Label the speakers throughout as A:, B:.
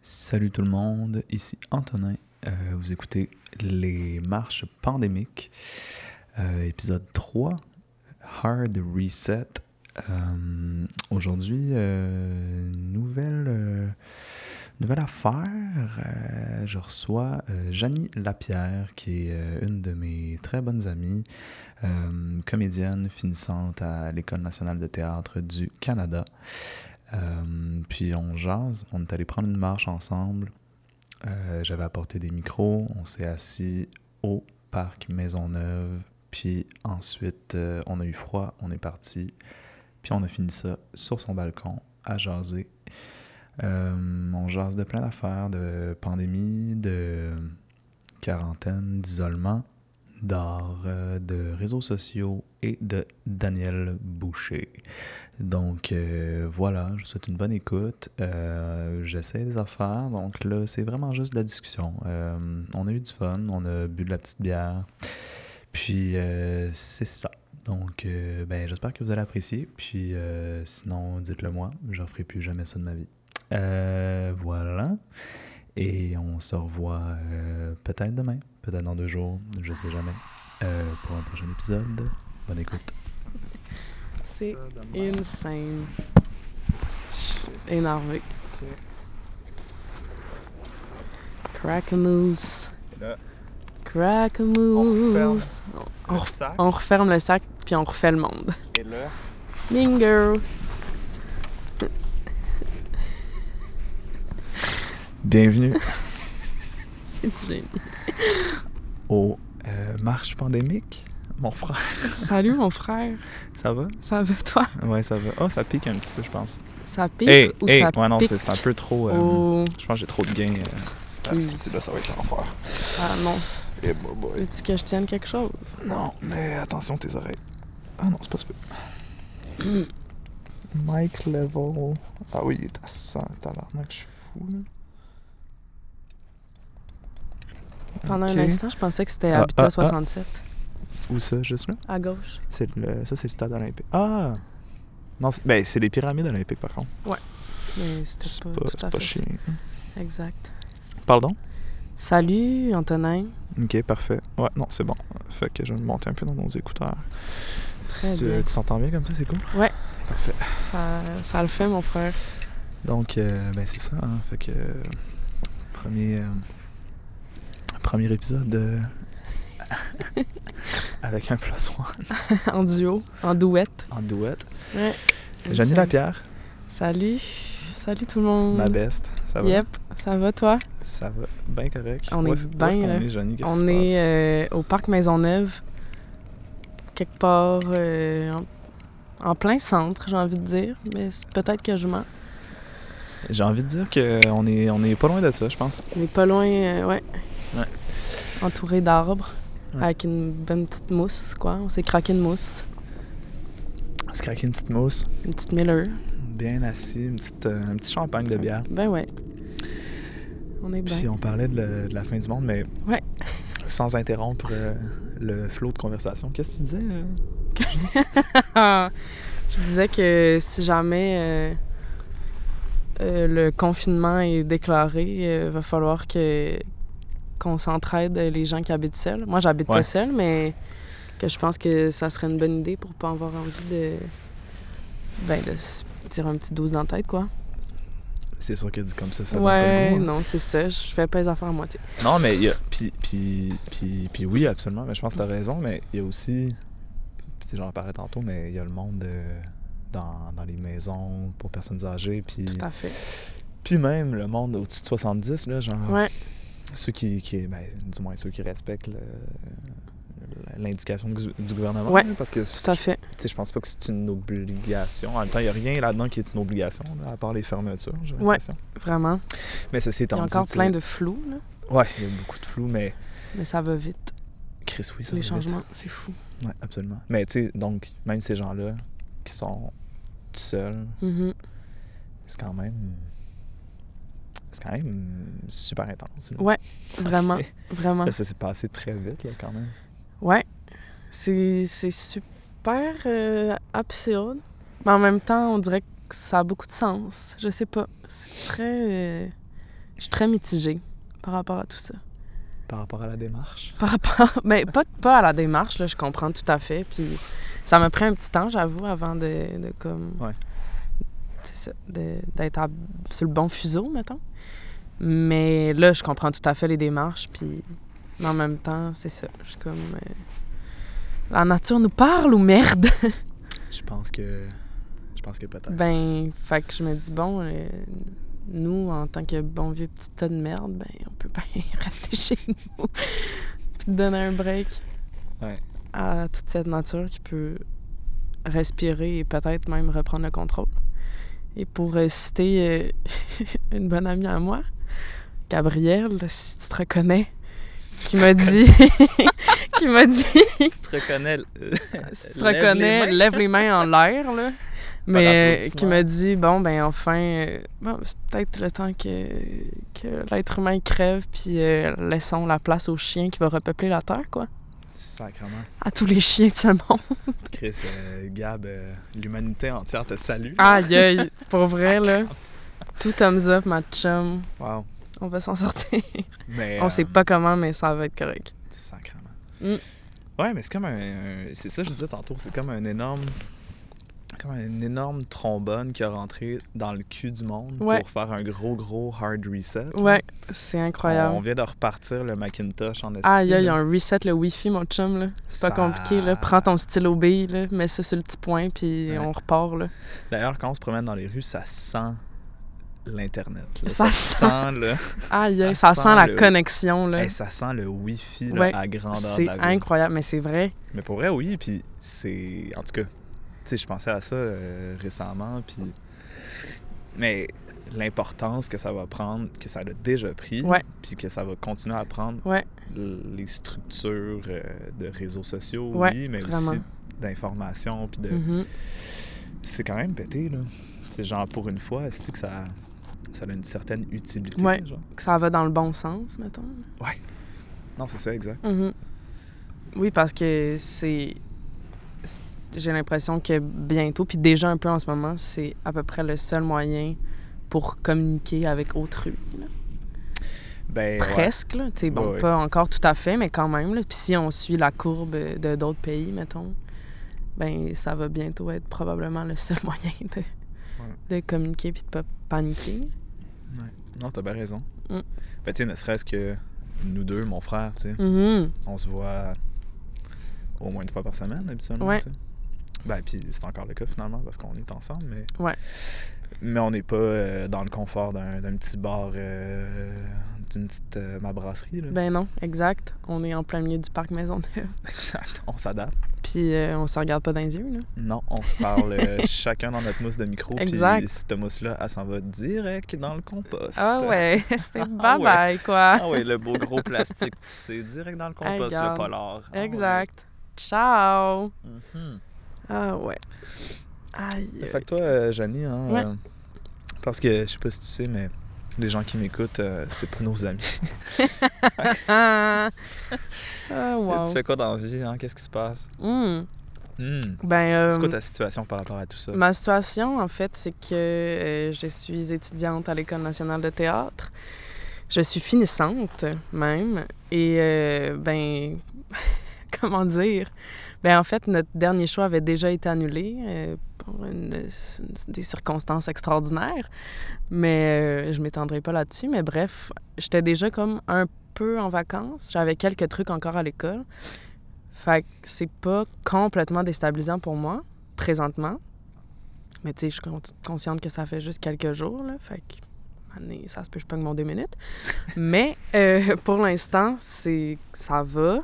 A: Salut tout le monde, ici Antonin. Euh, vous écoutez Les Marches Pandémiques, euh, épisode 3, Hard Reset. Euh, Aujourd'hui, euh, nouvelle, euh, nouvelle affaire. Euh, je reçois euh, Janie Lapierre, qui est euh, une de mes très bonnes amies, euh, comédienne finissante à l'École nationale de théâtre du Canada. Euh, puis on jase, on est allé prendre une marche ensemble. Euh, J'avais apporté des micros, on s'est assis au parc Maisonneuve. Puis ensuite, euh, on a eu froid, on est parti. Puis on a fini ça sur son balcon à jaser. Euh, on jase de plein d'affaires, de pandémie, de quarantaine, d'isolement, d'art, euh, de réseaux sociaux et de Daniel Boucher. Donc euh, voilà, je vous souhaite une bonne écoute. Euh, J'essaie des affaires, donc là, c'est vraiment juste de la discussion. Euh, on a eu du fun, on a bu de la petite bière, puis euh, c'est ça. Donc, euh, ben, j'espère que vous allez apprécier. Puis, euh, sinon, dites-le moi, je ferai plus jamais ça de ma vie. Euh, voilà. Et on se revoit euh, peut-être demain, peut-être dans deux jours, je sais jamais, euh, pour un prochain épisode. Bonne écoute.
B: C'est
C: Ça, de même.
B: insane. Énervé.
C: Ok.
B: Crack-a-moose.
C: Et là, On
B: Crack-a-moose.
C: le
B: On, ref-
C: sac.
B: on referme le sac, puis on refait le monde.
C: Et là,
B: Bingo!
A: Bienvenue
B: C'est du génie.
A: au euh, Marche Pandémique, mon frère.
B: Salut, mon frère.
A: Ça va?
B: Ça va, toi?
A: Ouais, ça va. Oh, ça pique un petit peu, je pense.
B: Ça pique ou ça pique?
A: ouais, non, c'est c'est un peu trop. euh,
B: Oh,
A: Je pense que j'ai trop de gains. euh.
B: excuse.
C: là, ça va être l'enfer.
B: Ah non.
C: Eh boy, boy.
B: Veux-tu que je tienne quelque chose?
C: Non, mais attention tes oreilles. Ah non, c'est pas super.
B: Mm.
C: Mike level. Ah oui, il est à 100. Tabarnak, je suis fou là.
B: Pendant
C: Ok.
B: un instant, je pensais que c'était
A: Ah,
B: Habitat
A: ah, ah.
B: 67.
A: Où ça, juste là?
B: À gauche.
A: C'est le- ça, c'est le stade olympique. Ah! Non, c'est- ben, c'est les pyramides olympiques, par contre.
B: Mais c'était
A: C'est
B: pas,
A: pas,
B: tout
A: c'est
B: à
A: pas
B: fait.
A: chien.
B: ça. Exact.
A: Pardon?
B: Salut, Antonin.
A: Ok, parfait. Ouais, non, c'est bon. Fait que je vais me monter un peu dans nos écouteurs.
B: Très
A: Tu-
B: bien.
A: Tu t'entends bien comme ça, c'est cool?
B: Ça, ça le fait, mon frère.
A: Donc, euh, ben, c'est ça. hein. Fait que. euh, Premier. euh, premier épisode de- avec un plus one
B: en duo, en douette.
A: en douette.
B: Ouais.
A: Jeannie Lapierre,
B: Salut. Salut tout le monde.
A: ma best. Ça va?
B: Mm. Yep, ça va toi?
A: Ça va bien correct.
B: On
A: Où
B: est
A: est-ce- où est-ce qu'on
B: bien, là.
A: est, Jeannie? Qu'est-ce qui
B: On
A: se
B: est
A: passe?
B: euh, au parc Maisonneuve, quelque part euh, en, en plein centre, j'ai envie de dire, mais c'est- peut-être que je mens. euh,
A: J'ai envie de dire qu'on est, on est pas loin de ça, je pense.
B: On est pas loin, euh, ouais.
A: Ouais.
B: Entouré d'arbres,
A: Ouais.
B: avec une bonne petite mousse, quoi. On s'est craqué une mousse,
A: Se craquer une petite mousse,
B: une petite Miller.
A: bien assis, une petite, euh, un petit champagne de bière.
B: Ben ouais. On est bien.
A: Puis on parlait de, le- de la fin du monde, mais
B: Ouais.
A: sans interrompre euh, le flot de conversation. Qu'est-ce que tu disais? euh?
B: Ah, je disais que si jamais euh, euh, le confinement est déclaré, il va falloir que qu'on s'entraide euh, les gens qui habitent seuls. Moi, j'habite
A: Ouais.
B: pas seule, mais que je pense que ça serait une bonne idée pour pas avoir envie de ben de se tirer un petit 12 dans la tête quoi.
A: C'est sûr que dit comme ça, ça donne pas
B: ouais,
A: le goût, hein.
B: non, c'est ça, je fais pas les affaires à moitié.
A: Non, mais il y a... Puis, puis, puis, puis oui, absolument, mais je pense que t'as raison, mais il y a aussi... Puis tu sais, j'en parlais tantôt, mais il y a le monde euh, dans, dans les maisons pour personnes âgées, puis...
B: Tout à fait.
A: Puis même le monde au-dessus de 70, là, genre...
B: Ouais.
A: Ceux qui, qui ben, du moins ceux qui respectent le- l'indication du du gouvernement.
B: Ouais,
A: là, parce que
B: Tout à
A: je,
B: fait.
A: tu sais, je pense pas que c'est une obligation. En même temps, il n'y a rien là-dedans qui est une obligation, là, à part les fermetures, j'ai
B: Ouais.
A: l'impression.
B: Vraiment.
A: Mais ceci
B: Il y
A: étant
B: a
A: dit,
B: encore
A: tu sais,
B: plein de flou là,
A: Ouais, il y a beaucoup de flou, mais
B: mais ça va vite.
A: Chris, oui, ça
B: Les
A: va vite.
B: changements, c'est fou.
A: Ouais, absolument. Mais tu sais, donc, même ces gens-là qui sont tout seuls,
B: Mhm.
A: c'est quand même... C'est quand même super intense. là.
B: Ouais,
A: Ça,
B: vraiment. hein.
A: c'est-
B: Vraiment.
A: là, Ça s'est passé très vite, là, quand même.
B: Ouais. C'est c'est super euh, absurde. Mais en même temps, on dirait que ça a beaucoup de sens. Je sais pas. C'est très. euh, Je suis très mitigée par rapport à tout ça.
A: par rapport à la démarche.
B: Par rapport. Ben, pas, pas à la démarche, là, je comprends tout à fait. Puis ça m'a pris un petit temps, j'avoue, avant de, de comme.
A: Ouais.
B: C'est ça, de- d'être à- sur le bon fuseau, mettons. Mais là, je comprends tout à fait les démarches, puis mais en même temps, c'est ça. Je suis comme. euh, La nature nous parle ou merde?
A: Je pense que. Je pense que peut-être.
B: Ben, fait que je me dis, bon, euh, nous, en tant que bon vieux petit tas de merde, ben, on peut pas rester chez nous. Puis donner un break
A: Ouais.
B: à toute cette nature qui peut respirer et peut-être même reprendre le contrôle. Et pour euh, citer euh, une bonne amie à moi, Gabrielle, si tu te reconnais, qui m'a dit, qui m'a dit,
A: tu te reconnais.
B: si tu te
A: Lève les
B: reconnais,
A: mains.
B: lève les mains en l'air, là. Mais euh,
A: d'applaudissements.
B: qui m'a dit, bon, ben enfin, euh, bon, c'est peut-être le temps que, que l'être humain crève, puis euh, laissons la place aux chiens qui va repeupler la Terre, quoi.
A: Sacrement.
B: À tous les chiens de ce monde.
A: Chris, euh, Gab, euh, l'humanité entière te salue.
B: Aïe, aïe, pour vrai, là. Tout thumbs up, ma chum.
A: Wow.
B: On va s'en sortir.
A: Mais,
B: On sait
A: euh,
B: pas comment, mais ça va être correct.
A: Sacrement.
B: Mm.
A: Ouais, mais c'est comme un, un- C'est ça que je disais tantôt, c'est comme un énorme. Comme un énorme trombone qui a rentré dans le cul du monde
B: Ouais.
A: pour faire un gros, gros hard reset. là.
B: Ouais, c'est
A: On
B: incroyable.
A: vient de repartir le Macintosh en esti.
B: Aïe, aïe,
A: là.
B: un reset le Wi-Fi, mon chum, là. C'est pas
A: Ça-
B: compliqué, là. Prends ton stylo B, là, mets ça sur le petit point, puis
A: Ouais.
B: on repart, là.
A: D'ailleurs, quand on se promène dans les rues, ça sent l'Internet. là.
B: Ça
A: sent le...
B: Aïe,
A: Ça
B: aïe, ça,
A: sent
B: sent la
A: le-
B: connexion, là.
A: Hey, ça sent le Wi-Fi là,
B: Ouais,
A: à grandeur de
B: C'est
A: la ville.
B: incroyable, mais c'est vrai.
A: Mais pour vrai, oui, puis c'est... En tout cas, tu sais, je pensais à ça euh, récemment, puis... Mais l'importance que ça va prendre, que ça l'a déjà pris,
B: Ouais.
A: puis que ça va continuer à prendre
B: Ouais.
A: l- les structures euh, de réseaux sociaux,
B: Ouais,
A: oui, mais aussi
B: vraiment.
A: d'information, puis de...
B: Mhm.
A: C'est quand même pété, là. C'est genre, pour une fois, est que ça... Ça a une certaine utilité,
B: Ouais.
A: genre?
B: Que Ça va dans le bon sens, mettons.
A: Non, c'est ça, exact.
B: Mhm. Oui, parce que c'est. c'est- J'ai l'impression que bientôt, puis déjà un peu en ce moment, c'est à peu près le seul moyen pour communiquer avec autrui. là.
A: Ben, ouais.
B: Presque, là. Tu sais, bon,
A: Ouais, ouais.
B: pas encore tout à fait, mais quand même. là. Puis si on suit la courbe de d'autres pays, mettons, ben ça va bientôt être probablement le seul moyen de, de communiquer puis de pas paniquer.
A: Non, t'as bien raison.
B: Mm.
A: Ben, tu sais, ne serait-ce que nous deux, mon frère, tu sais,
B: Mhm.
A: on se voit au moins une fois par semaine, habituellement,
B: Ouais.
A: tu sais. Ben, puis c'est encore le cas, finalement, parce qu'on est ensemble, mais...
B: Ouais.
A: Mais on n'est pas euh, dans le confort d'un d'un petit bar, euh, d'une petite... euh, ma brasserie, là.
B: Ben non, exact. On est en plein milieu du parc Maisonneuve.
A: Exact. On s'adapte.
B: Puis euh, on se regarde pas dans les yeux, là.
A: Non, on se parle euh, chacun dans notre mousse de micro, puis
B: Exact.
A: cette mousse-là, elle s'en va direct dans le compost.
B: Ah ouais, c'était
A: Ah
B: bye
A: ouais.
B: bye, quoi.
A: Ah ouais, le beau gros plastique tissé, direct dans le compost, le
B: garde.
A: polar. Ah ouais.
B: Exact. Ciao.
A: Mhm.
B: Ah ouais. Aïe.
A: Fait que toi, euh, Janie, hein,
B: Ouais.
A: euh, parce que je sais pas si tu sais, mais les gens qui m'écoutent, euh, c'est pas nos amis.
B: Ah, Ah, wow.
A: tu fais quoi dans la vie? Hein? Qu'est-ce qui se passe?
B: Hmm.
A: Hmm.
B: Ben,
A: C'est quoi
B: euh,
A: ta situation par rapport à tout ça?
B: ma situation, en fait, c'est que euh, je suis étudiante à l'École nationale de théâtre. Je suis finissante, même. Et, euh, ben, comment dire? Ben, en fait, notre dernier show avait déjà été annulé euh, pour une- une- des circonstances extraordinaires. Mais euh, je m'étendrai pas là-dessus. Mais bref, j'étais déjà comme un peu en vacances. J'avais quelques trucs encore à l'école. Fait que c'est pas complètement déstabilisant pour moi, présentement. Mais tu sais, je suis con- consciente que ça fait juste quelques jours, là. Fait que, à un moment donné, ça se peut, je pogne mon deux minutes. Mais euh, pour l'instant, c'est ça va.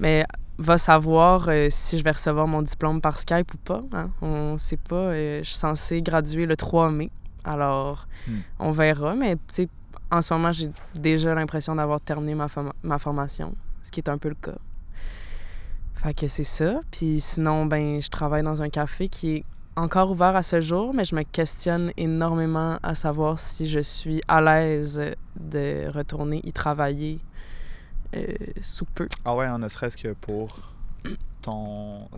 B: Mais va savoir euh, si je vais recevoir mon diplôme par Skype ou pas. hein. On sait pas. euh, je suis censée graduer le 3 mai. Alors,
A: Hmm.
B: on verra. Mais tu sais, en ce moment, j'ai déjà l'impression d'avoir terminé ma, forma- ma formation, ce qui est un peu le cas. Fait que c'est ça. Puis sinon, ben, je travaille dans un café qui est encore ouvert à ce jour, mais je me questionne énormément à savoir si je suis à l'aise de retourner y travailler euh, sous peu.
A: Ah ouais, hein, ne serait-ce que pour ton...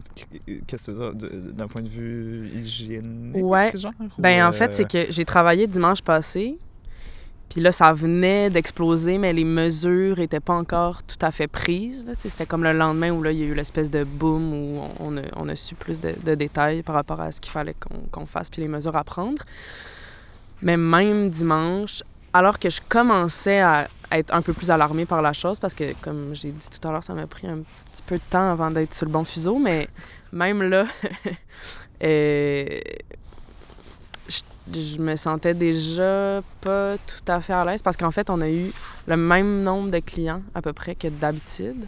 A: Qu'est-ce que tu veux dire? de- D'un point de vue hygiénique,
B: Ouais.
A: genre? ou,
B: Ben, en
A: euh,
B: fait, c'est que j'ai travaillé dimanche passé, Puis là, ça venait d'exploser, mais les mesures n'étaient pas encore tout à fait prises. là. Tu sais, C'était comme le lendemain où là, il y a eu l'espèce de boom où on on a, on a su plus de, de détails par rapport à ce qu'il fallait qu'on qu'on fasse puis les mesures à prendre. Mais même dimanche, alors que je commençais à être un peu plus alarmée par la chose, parce que, comme j'ai dit tout à l'heure, ça m'a pris un petit peu de temps avant d'être sur le bon fuseau, mais même là, euh, je, je me sentais déjà pas tout à fait à l'aise, parce qu'en fait, on a eu le même nombre de clients à peu près que d'habitude.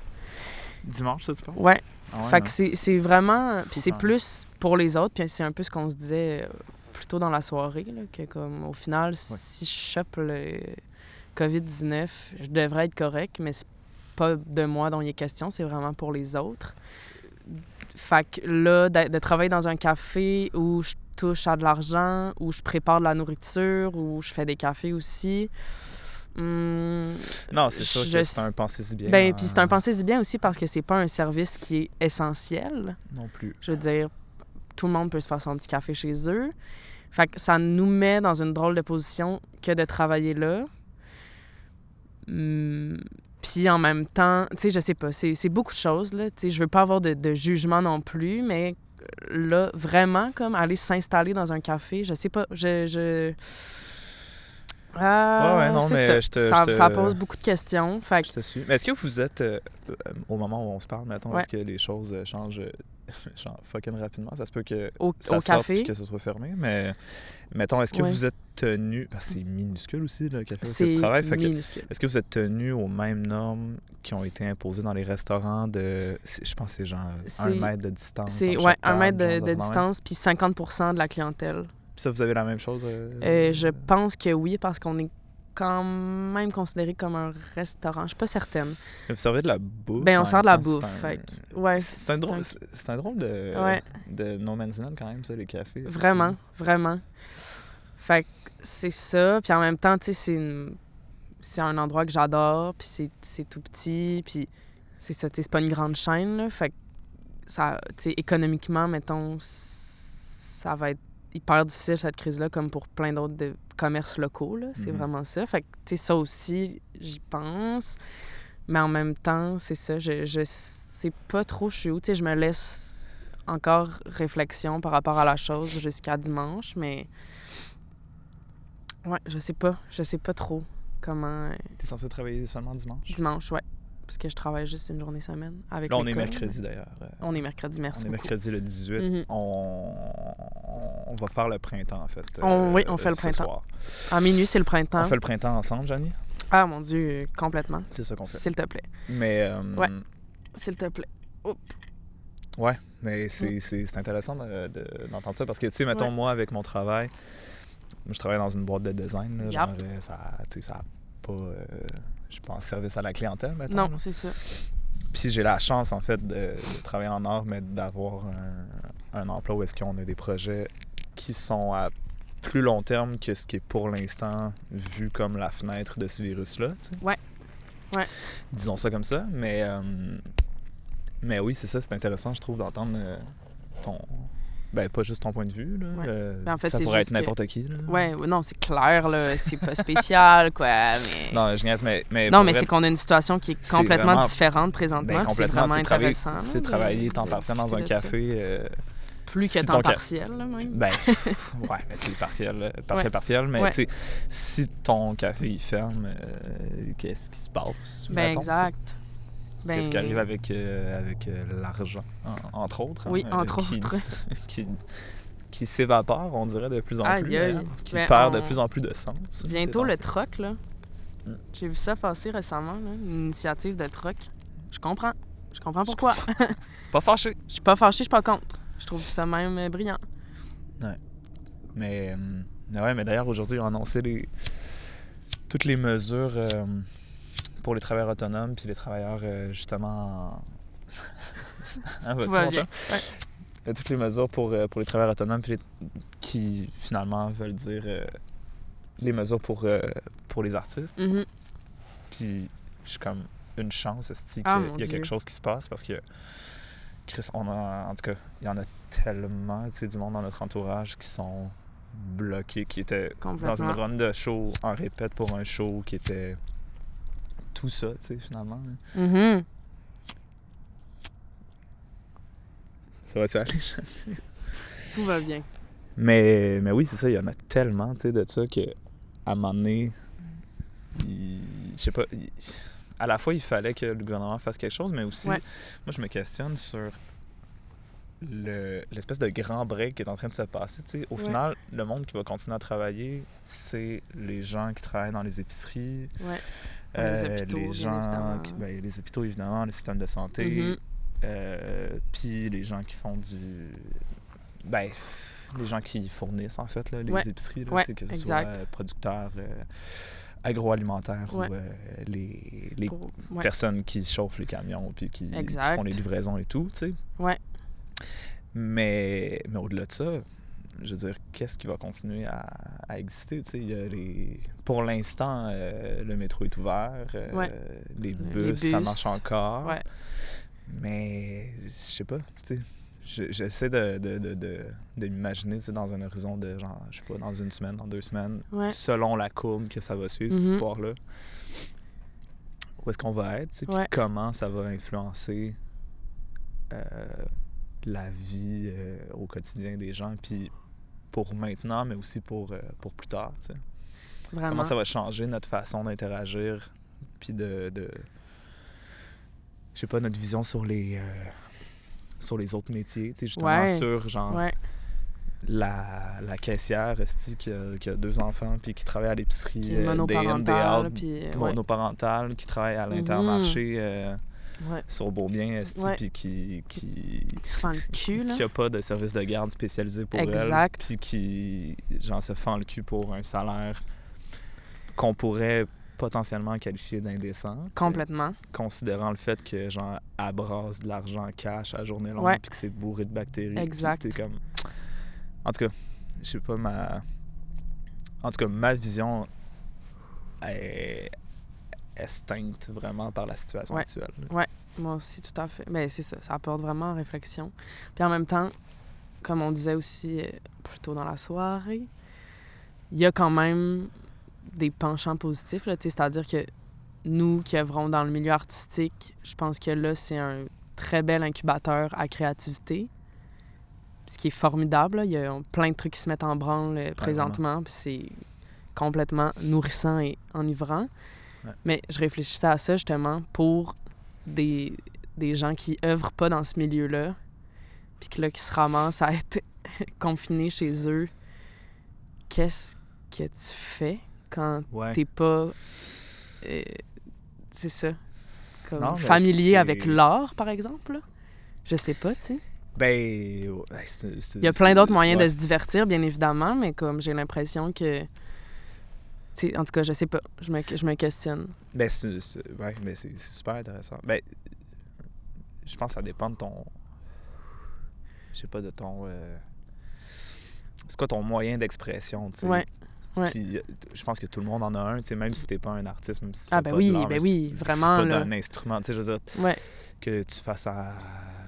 A: Dimanche, ça, tu parles?
B: Ouais,
A: Ah ouais,
B: fait
A: hein?
B: que c'est c'est vraiment. Puis c'est
A: quand même.
B: plus pour les autres, puis c'est un peu ce qu'on se disait euh, plus tôt dans la soirée, là, que comme au final, si je chope le COVID-19, je devrais être correct, mais c'est pas de moi dont il est question, c'est vraiment pour les autres. Fait que là, de, de travailler dans un café où je touche à de l'argent, où je prépare de la nourriture, où je fais des cafés aussi. hum,
A: Non, c'est sûr
B: je-
A: que c'est un pensée si bien.
B: ben,
A: hein,
B: puis c'est un pensée bien aussi parce que c'est pas un service qui est essentiel.
A: Non plus.
B: Je veux dire, tout le monde peut se faire son petit café chez eux. Fait que ça nous met dans une drôle de position que de travailler là. Hum, Puis en même temps, tu sais, je sais pas, c'est c'est beaucoup de choses, là. Tu sais, je veux pas avoir de, de jugement non plus, mais euh, là, vraiment, comme aller s'installer dans un café, je sais pas, je... je... Ah,
A: Ouais, ouais, non,
B: c'est
A: mais
B: ça.
A: je te-
B: ça,
A: je te-
B: ça pose beaucoup de questions. Fait que
A: Je te suis. Mais est-ce que vous êtes, euh, euh, au moment où on se parle, mettons,
B: Ouais.
A: est-ce que les choses euh, changent euh, genre fucking rapidement? Ça se peut que
B: au,
A: ça
B: au
A: sorte puis
B: café,
A: que ce soit fermé, mais mettons, est-ce que
B: Ouais.
A: vous êtes tenu, parce que c'est minuscule aussi, le café où est-ce que
B: c'est
A: tu travailles, fait que-
B: minuscule.
A: est-ce que vous êtes tenu aux mêmes normes qui ont été imposées dans les restaurants de, c'est- je pense que c'est genre un
B: C'est-
A: mètre de distance.
B: C'est
A: entre
B: ouais,
A: chaque
B: un
A: table,
B: mètre de,
A: genre,
B: de
A: dans le même-
B: distance, puis 50 de la clientèle.
A: Puis ça, vous avez la même chose? euh,
B: Euh, je pense que oui, parce qu'on est quand même considéré comme un restaurant. Je suis pas certaine.
A: Vous servez de la bouffe?
B: ben,
A: en
B: on
A: même
B: sort de la
A: temps, c'est
B: bouffe.
A: un-
B: fait que- ouais,
A: C'est un, drôle, c'est c'est un drôle de,
B: Ouais.
A: de no man's land quand même, ça, les cafés.
B: Vraiment, vraiment. Fait que c'est ça. Puis en même temps, tu sais, c'est une- c'est un endroit que j'adore, puis c'est- c'est tout petit, puis c'est ça, tu sais, c'est pas une grande chaîne, là. Fait que ça, tu sais, économiquement, mettons, ça va être hyper difficile, cette crise-là, comme pour plein d'autres de- commerces locaux, là. C'est
A: Mhm.
B: vraiment ça. Fait que, tu sais, ça aussi, j'y pense. Mais en même temps, c'est ça, je, je sais pas trop je suis où. Tu sais, je me laisse encore réflexion par rapport à la chose jusqu'à dimanche, mais... Ouais, je sais pas. Je sais pas trop comment... euh,
A: T'es censé travailler seulement dimanche?
B: Dimanche, ouais. Parce que je travaille juste une journée semaine avec
A: Là, on est
B: l'école.
A: mercredi d'ailleurs. Euh,
B: On est mercredi,
A: on
B: merci
A: est
B: beaucoup.
A: mercredi le 18.
B: Mhm.
A: on... on va faire le printemps, en fait. euh,
B: On- oui, on fait le
A: ce
B: printemps. Hein?
A: soir.
B: Mhm. À minuit, c'est le
A: On
B: printemps.
A: fait le printemps ensemble, Janie?
B: Ah mon Dieu, euh, complètement.
A: C'est ça qu'on fait.
B: S'il te plaît.
A: Mais, euh,
B: Ouais. S'il te plaît.
A: mais
B: Mm.
A: c'est- c'est c'est intéressant de- de- d'entendre ça parce que, tu sais, mettons, moi, avec mon travail, moi, je travaille dans une boîte de design. là,
B: Yep.
A: genre, euh, ça, tu sais, ça a pas... euh, je suis pas en service à la clientèle, mettons. là.
B: Non, c'est ça.
A: Puis j'ai la chance, en fait, de, de travailler en art, mais d'avoir un, un emploi où est-ce qu'on a des projets qui sont à plus long terme que ce qui est pour l'instant vu comme la fenêtre de ce virus-là, tu sais.
B: Ouais. Ouais.
A: Disons ça comme ça, mais... euh, mais oui, c'est ça, c'est intéressant, je trouve, d'entendre euh, ton... Ben, pas juste ton point de vue, là.
B: Ouais.
A: euh,
B: Ben, en fait,
A: ça
B: c'est
A: pourrait
B: juste
A: être
B: que-
A: n'importe qui, là.
B: Ouais, ouais, non, c'est clair, là. C'est pas spécial, quoi. Mais... Non,
A: Non, je niaise, mais... mais pour
B: mais
A: vrai,
B: c'est qu'on a une situation qui est
A: c'est
B: complètement
A: vraiment-
B: différente présentement.
A: ben,
B: puis c'est
A: complètement,
B: vraiment
A: tu sais, travailler-
B: intéressant.
A: tu
B: là,
A: sais,
B: de-
A: travailler temps
B: de
A: partiel dans un
B: discuter de ça.
A: café... euh,
B: Plus que
A: si ton
B: temps
A: ca-
B: partiel, là, même.
A: Ben, ouais, mais tu sais, partiel, euh, partiel,
B: Ouais.
A: partiel, mais
B: Ouais.
A: tu sais, si ton café il ferme, euh, qu'est-ce qui se passe?
B: Ben,
A: mettons, tu sais?
B: exact. Ben,
A: Qu'est-ce qui arrive avec, euh, avec euh, l'argent, en- entre autres? hein, euh,
B: Oui, entre
A: qui,
B: autres.
A: dis- qui, qui s'évapore, on dirait, de plus en
B: Aïe,
A: plus,
B: aïe.
A: d'ailleurs, qui
B: Ben,
A: perd de
B: on-
A: plus en plus de sens.
B: Bientôt le
A: ces temps-ci.
B: troc, là.
A: Mm.
B: J'ai vu ça passer récemment, là, une initiative de troc. Je comprends. Je comprends pourquoi.
A: Pas fâché!
B: Je suis pas fâchée, je suis pas contre. Je trouve ça même euh, brillant.
A: Mais, euh, mais ouais, mais d'ailleurs, aujourd'hui, ils ont annoncé les- toutes les mesures euh, pour les travailleurs autonomes puis les travailleurs, euh, justement... en- Hein, vas-tu,
B: Tout va
A: mon
B: bien. Ouais.
A: Euh, toutes les mesures pour, euh, pour les travailleurs autonomes puis les- qui, finalement, veulent dire euh, les mesures pour, euh, pour les artistes.
B: Mhm.
A: Puis je suis comme une chance, esti,
B: Ah,
A: qu'il
B: mon
A: y a
B: Dieu.
A: quelque chose qui se passe parce que, Chris, on a, en tout cas, il y en a tellement, tu sais, du monde dans notre entourage qui sont bloqué, qui était dans une
B: Complètement.
A: run de show, en répète pour un show, qui était tout ça, tu sais, finalement. hein. là.
B: Mhm.
A: Ça va-tu aller?
B: Tout va bien.
A: Mais, mais oui, c'est ça, il y en a tellement, tu sais, de ça que à un moment donné, il- je sais pas, il- à la fois il fallait que le gouvernement fasse quelque chose, mais aussi,
B: Ouais.
A: moi je me questionne sur le- l'espèce de grand break qui est en train de se passer, tu sais. Au
B: Ouais.
A: final, le monde qui va continuer à travailler, c'est les gens qui travaillent dans les épiceries, euh,
B: Ouais. Dans les hôpitaux, bien
A: les gens,
B: évidemment.
A: qui- ben, les hôpitaux évidemment, le système de santé,
B: Mhm.
A: euh, puis les gens qui font du. Ben, les gens qui fournissent, en fait, là, les
B: Ouais.
A: épiceries, là,
B: Ouais,
A: tu sais, que ce
B: exact.
A: soit euh, producteurs euh, agroalimentaires
B: Ouais.
A: ou euh, les, les
B: Pour- ouais.
A: personnes qui chauffent les camions puis qui, qui
B: Exact.
A: font les livraisons et tout, tu sais.
B: Ouais.
A: Mais, mais au-delà de ça, je veux dire, qu'est-ce qui va continuer à, à exister, tu sais? Il y a les... Pour l'instant, euh, le métro est ouvert, euh,
B: Ouais.
A: les, bus,
B: Les
A: ça
B: bus.
A: marche encore.
B: Ouais.
A: Mais je sais pas, tu sais. je- J'essaie de, de, de, de, de m'imaginer tu sais, dans un horizon de genre, je sais pas, dans une semaine, dans deux semaines,
B: Ouais.
A: selon la courbe que ça va suivre, cette
B: Mhm.
A: histoire-là. Où est-ce qu'on va être, tu sais, puis
B: Ouais.
A: comment ça va influencer euh, la vie euh, au quotidien des gens, puis pour maintenant, mais aussi pour, euh, pour plus tard, tu sais.
B: Vraiment.
A: Comment ça va changer notre façon d'interagir, puis de, de... Je sais pas, notre vision sur les... euh, sur les autres métiers, tu sais, justement,
B: Ouais.
A: sur, genre,
B: Ouais.
A: la, la caissière, esti, qui a, qui a deux enfants, puis qui travaille à l'épicerie,
B: Puis
A: euh,
B: monoparental,
A: out,
B: puis euh, ouais. Mhm.
A: monoparentale, qui travaille à l'intermarché euh,
B: Ouais.
A: sur Beaubien, esti,
B: Ouais.
A: puis qui... qui...
B: Qui se fend le cul, là.
A: qui a pas de service de garde spécialisé pour
B: Exact.
A: elle, puis qui, genre, se fend le cul pour un salaire qu'on pourrait potentiellement qualifier d'indécent. tu sais,
B: Complètement.
A: Considérant le fait que, genre, elle brasse de l'argent cash à journée longue,
B: Ouais.
A: puis que c'est bourré de bactéries. puis
B: Exact.
A: t'es comme... En tout cas, je sais pas, ma... En tout cas, ma vision est distincte vraiment par la situation
B: Ouais.
A: actuelle.
B: Moi aussi, tout à fait. Mais c'est ça, ça apporte vraiment en réflexion. Puis en même temps, comme on disait aussi euh, plus tôt dans la soirée, il y a quand même des penchants positifs, là, tu sais, c'est-à-dire que nous qui œuvrons dans le milieu artistique, je pense que là, c'est un très bel incubateur à créativité, ce qui est formidable. là. Il y a euh, plein de trucs qui se mettent en branle euh, présentement, puis c'est complètement nourrissant et enivrant.
A: Ouais.
B: Mais je réfléchissais à ça justement pour des, des gens qui œuvrent pas dans ce milieu-là, puis que là, qui se ramassent à être confinés chez eux. Qu'est-ce que tu fais quand
A: Ouais.
B: t'es pas. euh, c'est ça. Comme
A: Non, mais
B: familier
A: c'est-
B: avec l'art, par exemple. là. Je sais pas, tu sais.
A: Ben, ouais, c'est- c'est-
B: Il y a plein d'autres moyens
A: ouais.
B: de se divertir, bien évidemment, mais comme j'ai l'impression que. tu sais, en tout cas, je sais pas. Je me, je me questionne.
A: Ben, c'est, c'est- ouais, mais c'est, c'est super intéressant. Ben, je pense que ça dépend de ton. Je sais pas, de ton. euh, C'est quoi ton moyen d'expression, tu sais?
B: Ouais, ouais.
A: Puis, euh, je pense que tout le monde en a un, tu sais, même si t'es pas un artiste, même si tu
B: Ah,
A: fais
B: ben
A: pas de
B: oui,
A: l'art,
B: ben
A: même
B: oui,
A: si tu joues
B: vraiment,
A: pas
B: là.
A: d'un instrument, tu sais, je veux dire,
B: Ouais,
A: que tu fasses à,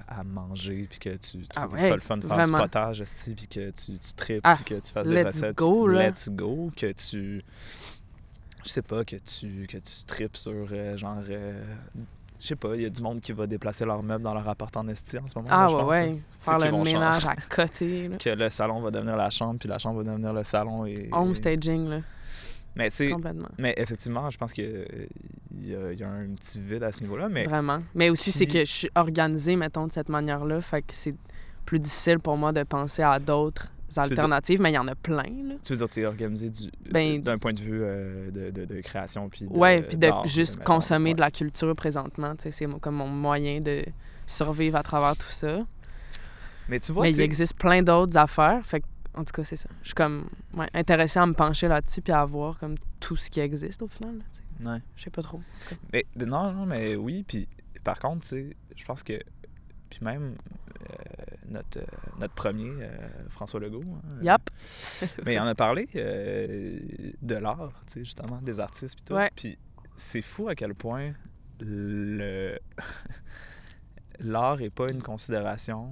A: à manger, puis que tu trouves
B: Ah ouais,
A: ça le fun de faire
B: vraiment.
A: du potage, esti, puis que tu, tu tripes,
B: Ah,
A: puis que tu fasses des
B: let's
A: recettes.
B: go, là.
A: Let's go, que tu... Je sais pas, que tu, que tu tripes sur, euh, genre... euh, je sais pas, il y a du monde qui va déplacer leurs meubles dans leur appart en esti en ce moment, là,
B: ah
A: je
B: ouais,
A: pense,
B: ouais.
A: hein.
B: Faire
A: qu'ils
B: le
A: vont
B: ménage à côté, là.
A: Que le salon va devenir la chambre, puis la chambre va devenir le salon. Et,
B: Home staging, là,
A: Mais tu sais,
B: complètement.
A: mais effectivement, je pense qu'il y, a- il y a un petit vide à ce niveau-là, mais
B: Vraiment. Mais aussi, c'est
A: Puis-
B: que je suis organisée, mettons, de cette manière-là. Fait que c'est plus difficile pour moi de penser à d'autres
A: veux dire-
B: alternatives, mais il y en a plein, là.
A: Tu veux dire, t'es organisé du- d'un
B: Ben-
A: point de vue euh, de, de- de création, puis de,
B: Ouais, puis de
A: d'art,
B: juste
A: mettons.
B: consommer
A: Ouais.
B: de la culture présentement, tu sais, c'est mon- comme mon moyen de survivre à travers tout ça.
A: Mais tu vois,
B: mais
A: tu
B: il
A: sais,
B: existe plein d'autres affaires, fait que, en tout cas, c'est ça. Je suis comme ouais, intéressée à me pencher là-dessus puis à voir comme tout ce qui existe au final, là, tu sais.
A: ouais.
B: Je sais pas trop.
A: Mais, mais non, non, mais oui, puis par contre, tu sais, je pense que, puis même euh, notre, euh, notre premier, euh, François Legault, hein,
B: Yep.
A: Mais Ben, il en a parlé euh, de l'art, tu sais, justement, des artistes puis tout.
B: Ouais.
A: Puis c'est fou à quel point le l'art est pas une considération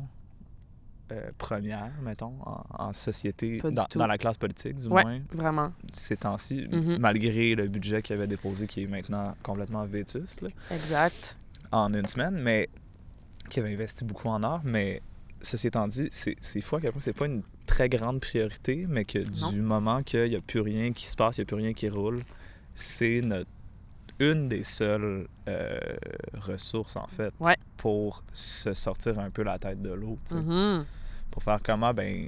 A: euh, première, mettons, en, en société,
B: Pas du
A: dans,
B: tout.
A: dans la classe politique, du
B: Ouais.
A: moins,
B: Vraiment,
A: ces temps-ci,
B: Mhm.
A: malgré le budget qu'il avait déposé, qui est maintenant complètement vétuste, là,
B: exact.
A: en une semaine, mais qui avait investi beaucoup en or, mais ceci étant dit, c'est c'est fou à quel point c'est pas une très grande priorité, mais que du moment qu'il n'y a plus rien qui se passe, il n'y a plus rien qui roule, c'est notre une des seules euh, ressources, en fait,
B: Ouais.
A: pour se sortir un peu la tête de l'eau, tu sais.
B: Mhm.
A: pour faire comment, ben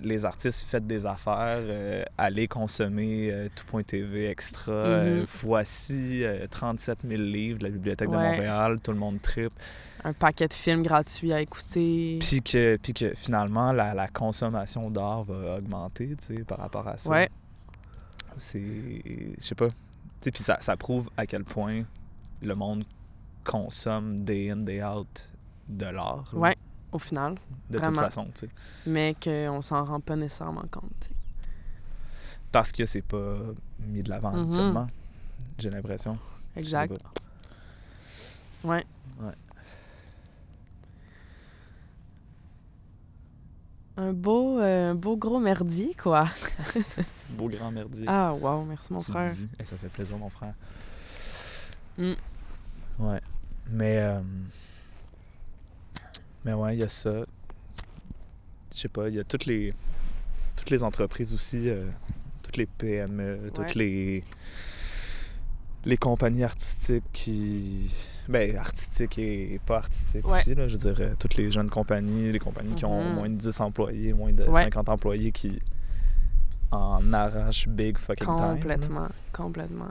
A: les artistes faites des affaires, euh, allez consommer euh, tout.tv extra, euh,
B: Mhm.
A: voici euh, 37 000 livres de la Bibliothèque de
B: Ouais.
A: Montréal, tout le monde tripe.
B: Un paquet de films gratuits à écouter.
A: Puis que, puis que finalement, la, la consommation d'art va augmenter, tu sais, par rapport à ça.
B: Ouais.
A: C'est... Je sais pas. Tu sais, puis ça, ça prouve à quel point le monde consomme day in, day out de l'art. là,
B: Ouais, au final.
A: De
B: vraiment.
A: toute façon, tu sais.
B: Mais qu'on s'en rend pas nécessairement compte. tu sais.
A: parce que c'est pas mis de l'avant
B: Mhm.
A: habituellement, j'ai l'impression. Je sais
B: Exact.
A: pas.
B: Ouais.
A: Ouais.
B: Un beau, euh, un beau gros merdier, quoi.
A: C'est beau grand merdier.
B: Ah, wow, merci mon
A: Tu
B: frère.
A: dis. Eh, ça fait plaisir, mon frère.
B: Mm.
A: Ouais. Mais. euh, Mais ouais, il y a ça. Je sais pas, il y a toutes les. Toutes les entreprises aussi. euh, Toutes les PME, E, toutes les. Les compagnies artistiques qui. Ben, artistiques et pas artistiques
B: Ouais.
A: aussi, là. Je dirais, toutes les jeunes compagnies, les compagnies qui ont
B: Mhm.
A: moins de 10 employés, moins de
B: Ouais.
A: 50 employés qui en arrachent big fucking time. là.
B: Complètement, complètement.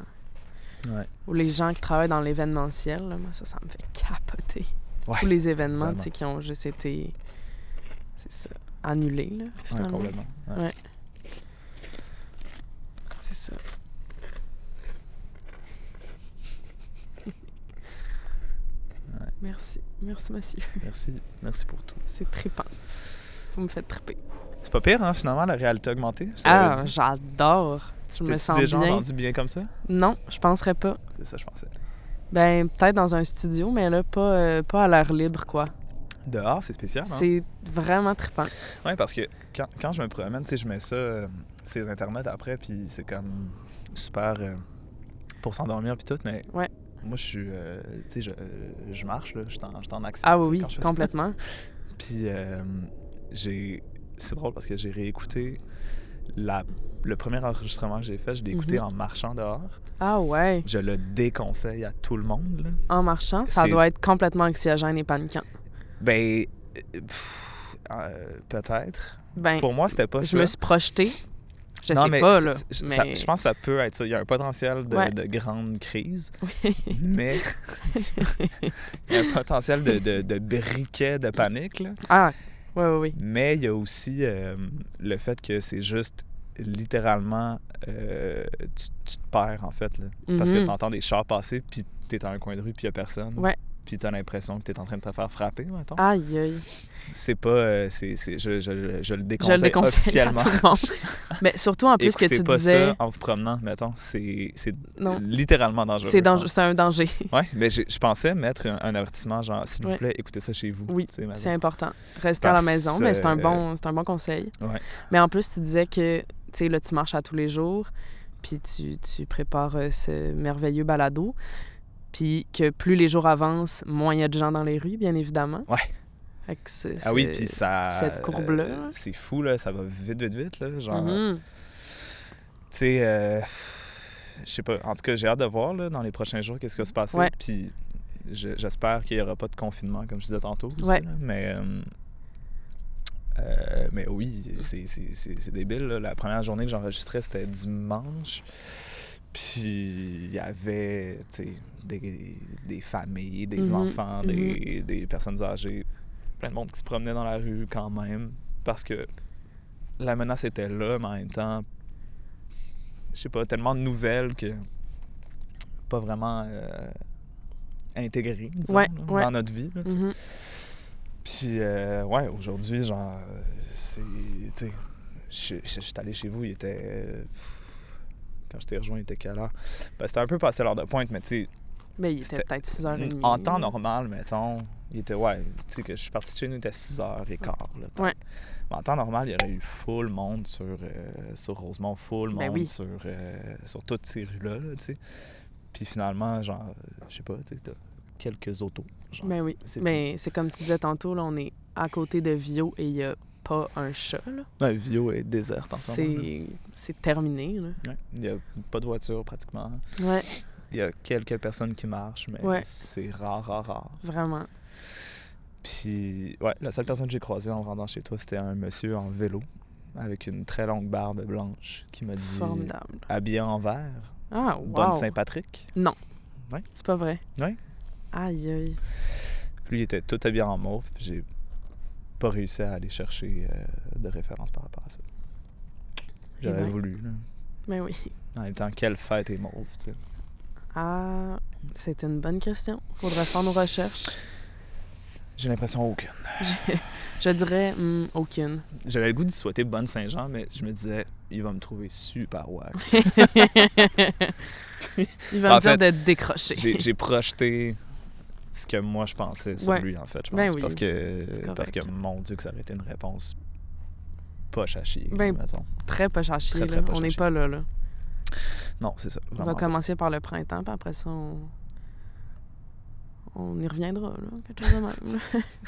A: Ouais.
B: Ou les gens qui travaillent dans l'événementiel, là, moi, ça, ça me fait capoter.
A: Ouais,
B: Tous les événements,
A: vraiment.
B: tu sais, qui ont juste été, c'est ça, annulés, là,
A: Ouais,
B: finalement.
A: complètement. Ouais.
B: Ouais. c'est ça.
A: Ouais.
B: Merci, merci monsieur,
A: Merci. Merci pour tout.
B: c'est trippant. Vous me faites tripper.
A: C'est pas pire, hein, finalement, la réalité augmentée. Je
B: Ah,
A: t'avais dit.
B: j'adore. Je me
A: T'es-tu
B: sens
A: déjà
B: bien.
A: entendu bien comme ça?
B: Non, je penserais pas.
A: C'est ça, je pensais.
B: Ben, peut-être dans un studio, mais là, pas, euh, pas à l'air libre, quoi.
A: Dehors, c'est spécial, hein?
B: C'est vraiment trippant.
A: Ouais, parce que quand, quand je me promène, tu sais, je mets ça, euh, ces internets après, puis c'est comme super euh, pour s'endormir, puis tout, mais.
B: Ouais.
A: Moi, je suis. euh, tu sais, je, euh, je marche, là, je suis en- je suis en action.
B: Ah
A: tu sais,
B: oui,
A: quand je
B: oui,
A: fais ça.
B: complètement.
A: Puis euh, j'ai. C'est drôle parce que j'ai réécouté la... le premier enregistrement que j'ai fait, je l'ai écouté
B: Mhm.
A: en marchant dehors.
B: Ah ouais,
A: Je le déconseille à tout le monde. là.
B: en marchant, ça
A: C'est-
B: doit être complètement anxiogène et paniquant.
A: Ben. euh, pff, euh, Peut-être.
B: Ben,
A: Pour moi, c'était pas
B: je
A: ça.
B: me suis projetée. Je
A: Non,
B: sais
A: mais
B: pas,
A: c'est-
B: là.
A: c'est- ça-
B: Mais...
A: je pense que ça peut être ça. Il y a un potentiel de,
B: Ouais.
A: de grande crise,
B: Oui.
A: mais il y a un potentiel de, de, de briquet de panique. Là.
B: Ah, oui, oui, oui.
A: Mais il y a aussi euh, le fait que c'est juste littéralement euh, tu, tu te perds en fait là. parce que
B: Mhm.
A: tu entends des chars passer puis t'es dans un coin de rue puis il y a personne.
B: Ouais. Ah.
A: Puis t'as l'impression que t'es en train de te faire frapper, mettons.
B: Aïe, aïe.
A: C'est pas... euh, c'est, c'est- je, je- je le
B: Je
A: déconseille
B: le déconseille à
A: officiellement.
B: tout le monde. Mais surtout, en plus, que
A: Écoutez
B: tu
A: pas
B: disais...
A: ça en vous promenant, mettons. C'est, c'est
B: Non,
A: littéralement dangereux.
B: c'est
A: je pense.
B: dangereux- c'est un danger.
A: Ouais, mais j'ai- je pensais mettre un, un avertissement genre, s'il vous
B: Ouais.
A: plaît, écoutez ça chez vous.
B: Oui,
A: tu sais, mettons.
B: C'est important. Rester à
A: Parce,
B: la maison, mais c'est un
A: euh,
B: bon, c'est un bon conseil.
A: Ouais.
B: Mais en plus, tu disais que, tu sais, là, tu marches à tous les jours, puis tu, tu prépares euh, ce merveilleux balado, puis que plus les jours avancent, moins il y a de gens dans les rues, bien évidemment.
A: Ouais.
B: Fait que c'est-
A: Ah oui,
B: c'est-
A: puis ça. euh,
B: cette courbe-là, là.
A: c'est fou, là. Ça va vite, vite, vite, là. Genre.
B: Mhm.
A: Tu sais, euh, je sais pas. En tout cas, j'ai hâte de voir, là, dans les prochains jours, qu'est-ce qui va se passer.
B: Ouais.
A: Puis je- j'espère qu'il n'y aura pas de confinement, comme je disais tantôt. aussi,
B: Ouais.
A: là, mais. euh, euh, mais oui, c'est- c'est c'est- c'est débile. là. La première journée que j'enregistrais, c'était dimanche. Puis il y avait tu sais, des, des familles, des
B: Mhm,
A: enfants, des, des personnes âgées, plein de monde qui se promenait dans la rue quand même. Parce que la menace était là, mais en même temps, je sais pas, tellement nouvelle que pas vraiment euh, intégrée disons,
B: Ouais,
A: là,
B: ouais.
A: dans notre vie. là, tu sais.
B: Mhm.
A: Puis, euh, ouais, aujourd'hui, genre, euh, c'est. Tu sais, je je- je suis allé chez vous, il était. euh, Quand je t'ai rejoint, il était quelle heure? Ben, c'était un peu passé l'heure de pointe, mais tu sais,
B: Mais il était
A: C'était-
B: peut-être 6h30.
A: en temps normal, mettons, Il était, ouais, tu sais, que je suis parti de chez nous, il était 6h15. Là,
B: Ouais.
A: Mais en temps normal, il y aurait eu full monde sur, euh, sur Rosemont, full
B: Ben
A: monde
B: oui.
A: sur, euh, sur toutes ces rues-là, là, tu sais. Puis finalement, genre, euh, je sais pas, tu sais, t'as quelques autos. Genre,
B: Ben oui.
A: c'est
B: Ben, c'est comme tu disais tantôt, là, on est à côté de Vio et il n'y a pas un chat. là.
A: tout. Ouais, Vio est déserte en ce moment, là.
B: C'est c'est terminé. Là.
A: Ouais. Il n'y a pas de voiture pratiquement.
B: Ouais,
A: Il y a quelques personnes qui marchent, mais
B: Ouais.
A: c'est rare, rare, rare.
B: vraiment.
A: Puis, ouais, la seule personne que j'ai croisée en rentrant chez toi, c'était un monsieur en vélo avec une très longue barbe blanche qui m'a dit
B: Formidable.
A: habillé en vert,
B: Ah, wow.
A: bonne Saint-Patrick.
B: C'est pas vrai?
A: Ouais.
B: Aïe, aïe.
A: Puis lui, il était tout habillé en mauve, puis j'ai pas réussi à aller chercher euh, de référence par rapport à ça.
B: Eh
A: J'aurais
B: ben.
A: voulu, là.
B: Ben oui.
A: En même temps, quelle fête est mauve, tu sais.
B: Ah, c'est une bonne question. Faudrait faire nos recherches.
A: J'ai l'impression aucune.
B: Je dirais hmm, aucune.
A: J'avais le goût d'y souhaiter bonne Saint-Jean, mais je me disais, il va me trouver super wack.
B: Il va
A: En
B: me dire
A: fait,
B: de décrocher.
A: j'ai, j'ai projeté ce que moi je pensais sur
B: Ouais.
A: lui en fait je pense
B: Ben oui,
A: parce
B: c'est
A: que
B: correct.
A: parce que mon dieu que ça aurait été une réponse poche à chier
B: Ben-
A: mettons.
B: Très poche à chier,
A: Très, très
B: là.
A: poche
B: on
A: à
B: n'est
A: chier.
B: pas là, là.
A: non c'est ça
B: On
A: vraiment
B: va
A: pas.
B: commencer par le printemps, puis après ça, on... On y reviendra, là. Quelque chose de même,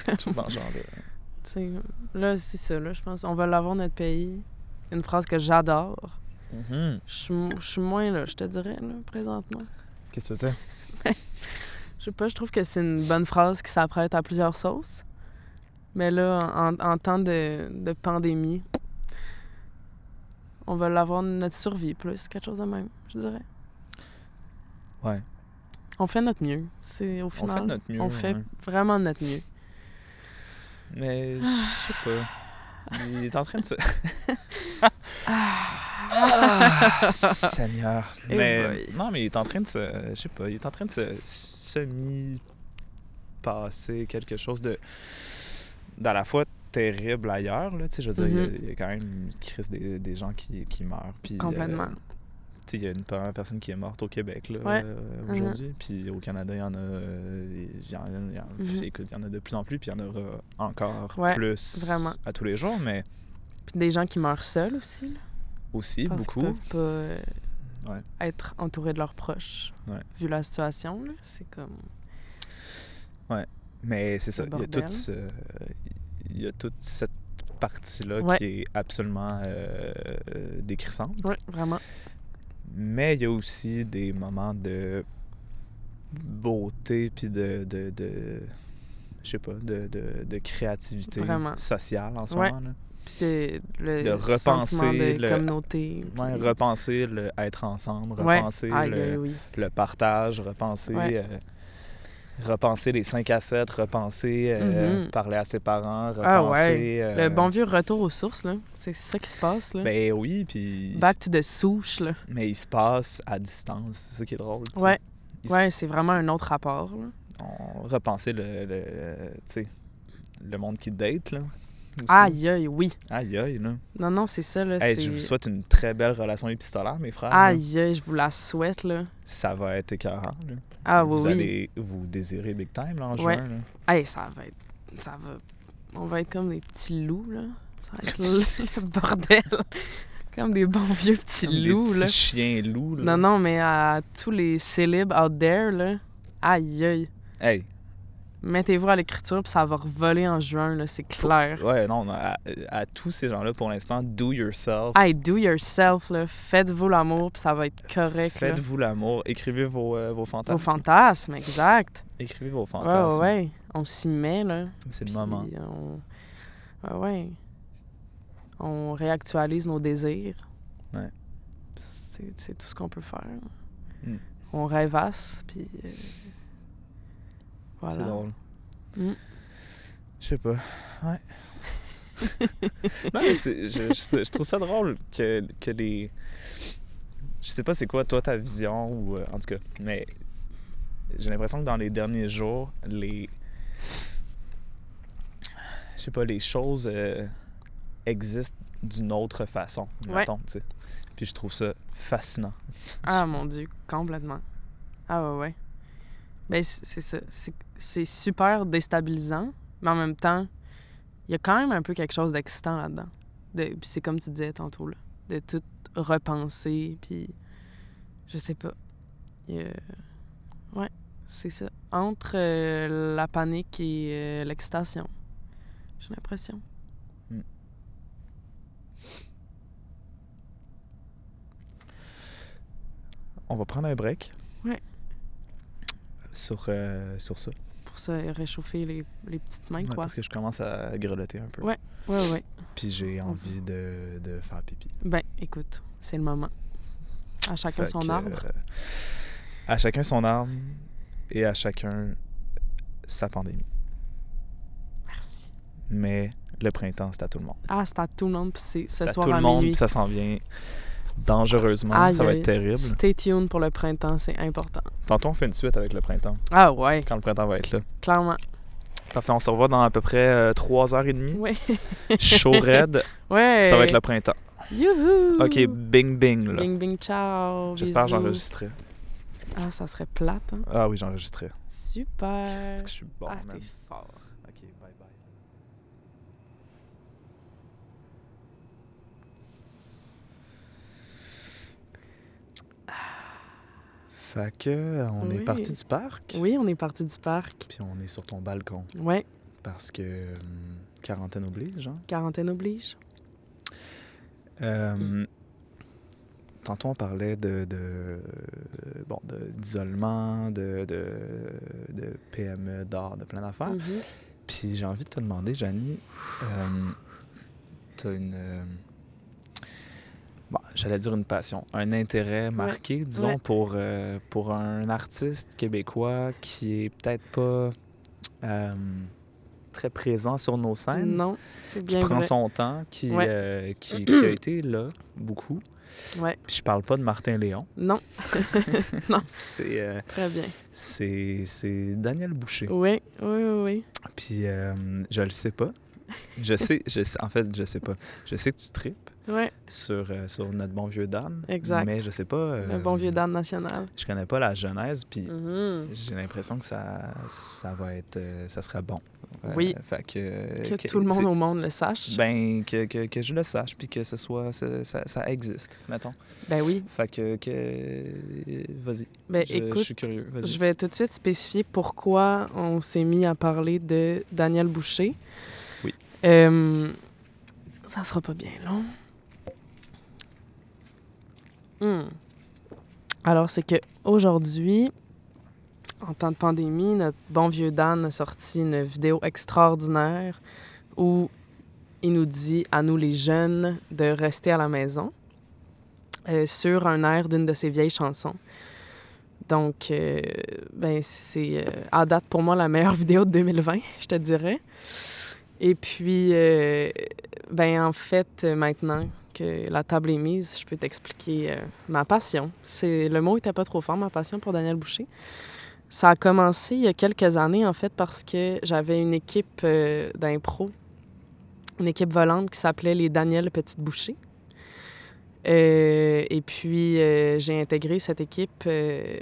B: là.
A: Tout dans ce genre-là.
B: Tu sais, là, c'est ça, là, je pense. On va l'avoir, notre pays. Une phrase que j'adore.
A: Mhm.
B: Je suis- je suis moins, là, je te dirais, là, présentement.
A: qu'est-ce que tu veux dire
B: Je sais pas, je trouve que c'est une bonne phrase qui s'apprête à plusieurs sauces. Mais là, en, en temps de, de pandémie, on va l'avoir notre survie plus, quelque chose de même, je dirais.
A: ouais
B: On fait notre mieux. C'est au
A: on
B: final.
A: fait de notre mieux hein.
B: on fait
A: ouais.
B: vraiment notre mieux.
A: mais je sais pas il est en train de se Ah, Seigneur
B: Eh
A: mais
B: boy.
A: non mais il est en train de se je sais pas il est en train de se semi passer quelque chose de d'à la fois terrible ailleurs là tu sais je veux dire il y a-
B: Mhm.
A: il y, a quand même une crise des, des gens qui, qui meurent puis euh,
B: Complètement.
A: tu sais il y a une première personne qui est morte au Québec là
B: Ouais.
A: euh,
B: Mhm.
A: aujourd'hui puis au Canada il y en a euh, il y en, a- il y en-
B: Mhm.
A: écoute, il y en a de plus en plus puis il y en aura encore
B: Ouais,
A: plus
B: vraiment.
A: à tous les jours mais
B: Puis des gens qui meurent seuls aussi. Là,
A: aussi
B: parce qu'ils
A: beaucoup
B: peuvent pas euh,
A: Ouais.
B: être entourés de leurs proches.
A: Ouais.
B: Vu la situation, là, c'est comme.
A: Mais c'est ça,
B: Le
A: il y a
B: bordel.
A: toute, ce- il y a toute cette partie-là
B: Ouais.
A: qui est absolument euh, euh, décrissante.
B: Oui, vraiment.
A: Mais il y a aussi des moments de beauté puis de... de, de- je sais pas, de, de- de créativité
B: Vraiment.
A: sociale en ce
B: Ouais.
A: moment.
B: Puis de- le
A: De
B: sentiment
A: repenser
B: de
A: le-
B: communauté.
A: là. Ouais,
B: puis-
A: repenser le être ensemble,
B: Ouais. Ah,
A: repenser
B: Aïe,
A: le,
B: aïe, oui.
A: le partage, repenser,
B: Ouais.
A: euh, repenser les 5 à 7, repenser euh,
B: Mhm.
A: parler à ses parents, repenser.
B: Ah ouais,
A: euh,
B: Le bon vieux retour aux sources, là. C'est ça qui se passe, là.
A: Ben oui, puis il s-
B: Back to the souche, là.
A: mais il se passe à distance, c'est ça qui est drôle. tu sais.
B: Ouais.
A: Il se-
B: Ouais, c'est vraiment un autre rapport, là.
A: On repensait le, le- le- tu sais, le monde qui date là. aussi.
B: Aïe, aïe, oui.
A: Aïe aïe là.
B: Non, non, c'est ça, là.
A: Hey,
B: c'est-
A: je vous souhaite hein. une très belle relation épistolaire mes frères. là.
B: Aïe, aïe, je vous la souhaite, là.
A: Ça va être écœurant. là.
B: Ah oui,
A: vous
B: oui.
A: allez vous désirer big time là, en
B: Ouais.
A: juin. là.
B: Hey, ça va être... Ça va... On va être comme des petits loups, là. Ça va être le le bordel. comme des bons vieux petits
A: Comme des
B: loups,
A: petits
B: là.
A: chiens loups là.
B: Non, non, mais à tous les célibes out there, là. Aïe, aïe.
A: Hey,
B: Mettez-vous à l'écriture, puis ça va revoler en juin, là, c'est clair.
A: Ouais, non, à, à tous ces gens-là, pour l'instant, do yourself.
B: Hey, do yourself, là. Faites-vous l'amour, puis ça va être correct, là.
A: Faites-vous l'amour. Écrivez vos, euh, vos fantasmes.
B: Vos fantasmes, exact.
A: Écrivez vos
B: Ouais,
A: fantasmes.
B: ouais, ouais. On s'y met, là.
A: C'est le
B: puis
A: moment.
B: On... Ouais, ouais. On réactualise nos désirs.
A: Ouais.
B: C'est c'est tout ce qu'on peut faire.
A: Mm.
B: On rêvasse, puis... euh, Voilà.
A: C'est drôle.
B: Mm.
A: Je sais pas. Ouais. non, mais c'est- je, je- je trouve ça drôle que, que les. Je sais pas c'est quoi, toi, ta vision, ou. euh, en tout cas, mais j'ai l'impression que dans les derniers jours, les. Je sais pas, les choses euh, existent d'une autre façon,
B: Ouais.
A: mettons, tu sais. Puis je trouve ça fascinant.
B: Ah, mon Dieu, complètement. Ah, ouais, ouais. Ben, c- c'est ça. C'est- C'est super déstabilisant, mais en même temps, il y a quand même un peu quelque chose d'excitant là-dedans. De- Puis c'est comme tu disais tantôt, là, de tout repenser, puis je sais pas. Il y a- Ouais, c'est ça. Entre euh, la panique et euh, l'excitation, j'ai l'impression.
A: On va prendre un break.
B: Ouais.
A: Sur, euh, sur ça.
B: Pour ça, réchauffer les, les petites mains,
A: Ouais,
B: quoi.
A: parce que je commence à grelotter un peu.
B: Ouais. Ouais, ouais.
A: Puis j'ai
B: On va.
A: envie de, de faire pipi.
B: Ben, écoute, c'est le moment. À chacun
A: Fait
B: son
A: que,
B: arbre.
A: euh, à chacun son arbre et à chacun sa pandémie.
B: Merci.
A: Mais le printemps, c'est à tout le monde.
B: Ah, c'est à tout le monde, puis c'est ce
A: C'est à
B: soir
A: tout
B: à
A: le monde,
B: minuit.
A: puis ça s'en vient dangereusement.
B: Aïe,
A: ça va
B: aïe.
A: être terrible.
B: Stay tuned pour le printemps, c'est important.
A: Tantôt, on fait une suite avec le printemps,
B: Ah ouais,
A: quand le printemps va être là.
B: clairement.
A: Parfait, on se revoit dans à peu près euh, 3h30.
B: Ouais.
A: Chaud raide,
B: Ouais.
A: ça va être le printemps.
B: Youhou!
A: OK, bing bing, là.
B: Bing bing ciao.
A: J'espère que
B: bisous.
A: j'enregistrais.
B: Ah, ça serait plate, hein.
A: Ah oui, j'enregistrais.
B: Super.
A: Christ, que je suis bon,
B: ah,
A: man.
B: t'es fort.
A: OK, bye bye. Fait que, on est
B: Oui.
A: parti du parc.
B: Oui, on est parti du parc.
A: Puis on est sur ton balcon.
B: Ouais,
A: Parce que. hum, quarantaine oblige, hein.
B: quarantaine oblige. Hmm.
A: Euh, Tantôt, on parlait de, de- bon, de- d'isolement, de, de, de PME, d'art, de plein d'affaires.
B: Mhm.
A: Puis j'ai envie de te demander, Janie, euh, t'as une. euh, bon, j'allais dire une passion, un intérêt marqué, disons,
B: ouais.
A: pour, euh, pour un artiste québécois qui est peut-être pas euh, très présent sur nos scènes,
B: Non, c'est
A: qui
B: bien
A: prend
B: vrai.
A: son temps, qui,
B: Ouais.
A: euh, qui, qui a été là beaucoup.
B: Ouais.
A: Puis je parle pas de Martin Léon,
B: Non,
A: c'est, euh,
B: très bien.
A: c'est, c'est Daniel Boucher.
B: Oui, oui, oui, oui.
A: Puis euh, je le sais pas. Je sais, je sais- en fait, je sais pas. Je sais que tu tripes
B: Ouais,
A: sur, euh, sur notre bon vieux Dan.
B: Exact.
A: Mais je sais pas. euh,
B: le bon vieux Dan national.
A: Je connais pas la genèse, puis
B: Mhm.
A: j'ai l'impression que ça, ça va être. euh, ça sera bon.
B: Oui.
A: Fait que. euh,
B: Que tout le monde au monde le sache.
A: c'est- Ben, que, que, que je le sache, puis que ce soit. Ça, ça, ça existe, mettons.
B: Ben oui.
A: Fait que. que euh, vas-y.
B: Ben
A: je, je
B: écoute,
A: suis curieux. Vas-y.
B: Je vais tout de suite spécifier pourquoi on s'est mis à parler de Daniel Boucher.
A: Oui.
B: Euh, ça sera pas bien long. Hmm. Alors, c'est que aujourd'hui, en temps de pandémie, notre bon vieux Dan a sorti une vidéo extraordinaire où il nous dit à nous les jeunes de rester à la maison euh, sur un air d'une de ses vieilles chansons. Donc, euh, ben, c'est euh, à date pour moi la meilleure vidéo de 2020, je te dirais. Et puis, euh, ben, en fait, euh, maintenant que la table est mise, je peux t'expliquer euh, ma passion. C'est Le mot était pas trop fort, ma passion pour Daniel Boucher. Ça a commencé il y a quelques années, en fait, parce que j'avais une équipe euh, d'impro, une équipe volante qui s'appelait les Daniel Petite Boucher. Euh, et puis, euh, j'ai intégré cette équipe euh,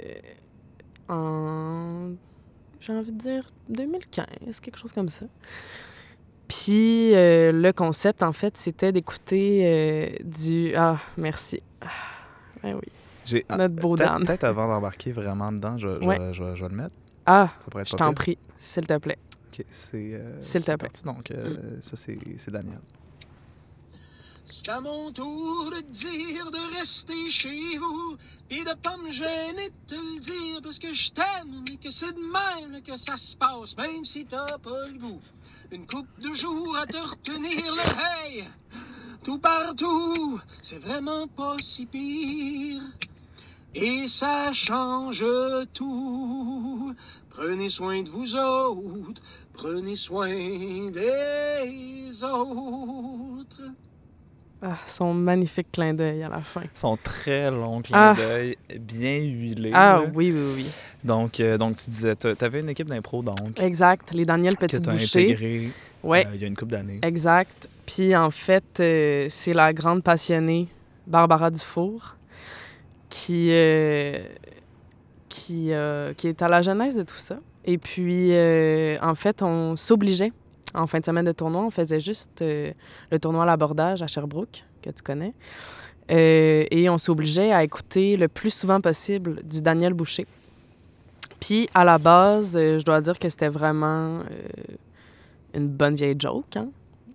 B: en, j'ai envie de dire, 2015, quelque chose comme ça. Puis, euh, le concept, en fait, c'était d'écouter euh, du... Ah, merci. Ah, ben oui,
A: J'ai- ah,
B: notre beau
A: peut-être,
B: Dan.
A: peut-être avant d'embarquer vraiment dedans, je, je-
B: Ouais.
A: je- je vais le mettre.
B: Ah,
A: Ça pourrait être
B: je
A: pas
B: t'en
A: pire.
B: prie, s'il te plaît.
A: OK, c'est... euh,
B: S'il
A: c'est
B: te plaît.
A: parti. Donc,
B: Mm.
A: euh, ça, c'est c'est Daniel.
C: C'est à mon tour de te dire de rester chez vous et de pas me gêner de te le dire parce que je t'aime mais que c'est de même que ça se passe même si t'as pas le goût. Une coupe de jours à te retenir l'oreille tout partout, c'est vraiment pas si pire. Et ça change tout. Prenez soin de vous autres, prenez soin des autres.
B: Ah, son magnifique clin d'œil à la fin.
A: Son très long clin
B: Ah.
A: d'œil, bien huilé.
B: Ah
A: là.
B: oui, oui, oui.
A: Donc, euh, donc, tu disais, t'a- t'avais une équipe d'impro, donc,
B: Exact, les Daniel
A: que
B: Petite
A: t'as
B: Boucher.
A: intégrée
B: Ouais.
A: euh, il y a une couple d'années.
B: Exact. Puis en fait, euh, c'est la grande passionnée Barbara Dufour qui, euh, qui puis euh, qui est à la genèse de tout ça. Et puis, euh, en fait, on s'obligeait. En fin de semaine de tournoi, on faisait juste euh, le tournoi à l'abordage à Sherbrooke, que tu connais. Euh, et on s'obligeait à écouter le plus souvent possible du Daniel Boucher. Puis, à la base, euh, je dois dire que c'était vraiment euh, une bonne vieille joke, hein?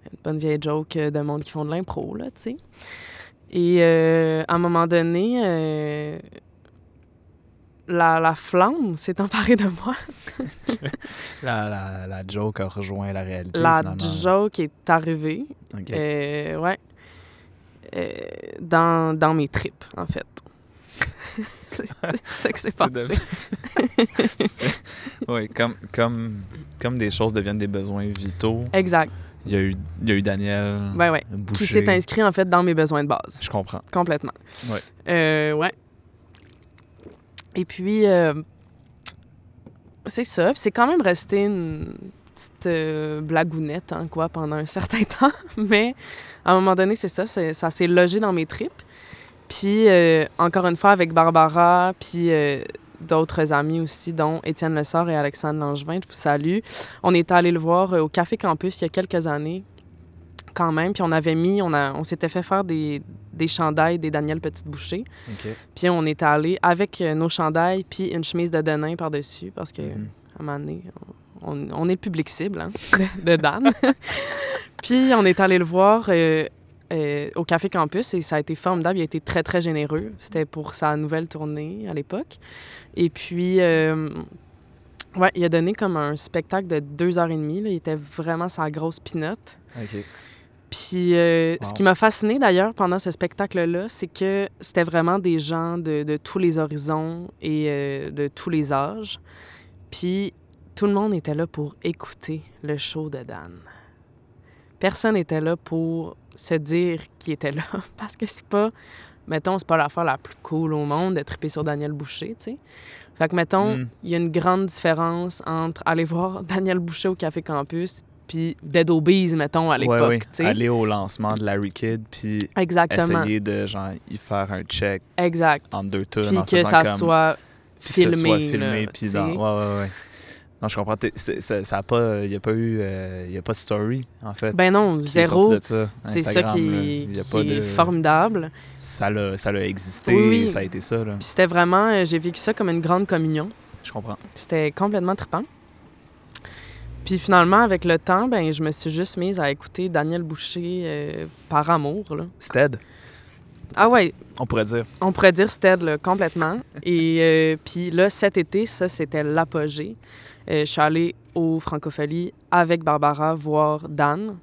B: Une bonne vieille joke euh, de monde qui font de l'impro, là, tu sais. Et euh, à un moment donné, euh, la, la flamme s'est emparée de moi.
A: La, la, la joke a rejoint la réalité.
B: Eh. La
A: finalement.
B: joke est arrivée.
A: Ok.
B: Euh, ouais. Euh, dans, dans mes tripes, en fait. c'est c'est ça que c'est
A: C'est
B: passé.
A: C'est- ouais, comme, comme, comme des choses deviennent des besoins vitaux,
B: Exact.
A: il y a eu, il y a eu Daniel
B: Eh. Ben ouais.
A: Hmm. Boucher.
B: Qui s'est inscrit, en fait, dans mes besoins de base.
A: Je comprends.
B: Complètement.
A: Ouais.
B: Euh, ouais. Et puis, euh, c'est ça. Puis C'est quand même resté une petite euh, blagounette, hein, quoi, pendant un certain temps. Mais à un moment donné, c'est ça. c'est- Ça s'est logé dans mes tripes. Puis, euh, encore une fois, avec Barbara, puis euh, d'autres amis aussi, dont Étienne Lessard et Alexandre Langevin, je vous salue. On était allés le voir euh, au Café Campus il y a quelques années, quand même. Puis on avait mis, on, a- on s'était fait faire des, des chandails des Daniel Petite-Boucher.
A: OK.
B: Puis on est allé avec euh, nos chandails, puis une chemise de Denain par-dessus, parce que
A: Mhm. Mm.
B: à un moment donné, on, on est le public cible hein, de- de Dan. Puis on est allé le voir euh, euh, au Café Campus et ça a été formidable. Il a été très, très généreux. C'était pour sa nouvelle tournée à l'époque. Et puis, euh, ouais, il a donné comme un spectacle de deux heures et demie. là. Il était vraiment sa grosse pinote.
A: OK.
B: Puis euh,
A: Wow.
B: ce qui m'a fasciné d'ailleurs pendant ce spectacle-là, c'est que c'était vraiment des gens de, de tous les horizons et euh, de tous les âges. Puis tout le monde était là pour écouter le show de Dan. Personne n'était là pour se dire qu'il était là. Parce que c'est pas, mettons, c'est pas l'affaire la plus cool au monde de triper sur Daniel Boucher, tu sais. Fait que, mettons,
A: Mm.
B: il y a une grande différence entre aller voir Daniel Boucher au Café Campus puis Dead Obies, mettons, à l'époque,
A: Ouais, ouais.
B: tu sais.
A: Aller au lancement de Larry Kidd, puis
B: Exactement.
A: essayer de genre, y faire un check
B: Exact.
A: en deux tours.
B: Puis
A: en
B: que
A: faisant
B: ça
A: comme-
B: soit
A: puis que
B: filmé.
A: ce soit
B: là,
A: filmé, puis
B: tu
A: dans-
B: sais.
A: Ouais, ouais, ouais. Non, je comprends. T'es- c'est- ça- ça a pas... Il n'y a pas eu... euh, Il y a pas de story, en fait.
B: Ben non,
A: qui est sorti
B: zéro.
A: de ça,
B: C'est ça
A: Instagram,
B: qui,
A: là.
B: est-
A: Il y a
B: qui
A: pas
B: est
A: de-
B: formidable.
A: Ça l'a ça l'a existé,
B: Oui, oui.
A: et ça a été ça, là.
B: Puis c'était vraiment, euh, j'ai vécu ça comme une grande communion.
A: Je comprends.
B: C'était complètement trippant. Puis finalement, avec le temps, ben, je me suis juste mise à écouter Daniel Boucher euh, par amour. là.
A: Stead,
B: Ah ouais,
A: on pourrait dire.
B: on pourrait dire Stead là, complètement. Et euh, puis là, cet été, ça, c'était l'apogée. Euh, je suis allée au Francophonie avec Barbara voir Dan.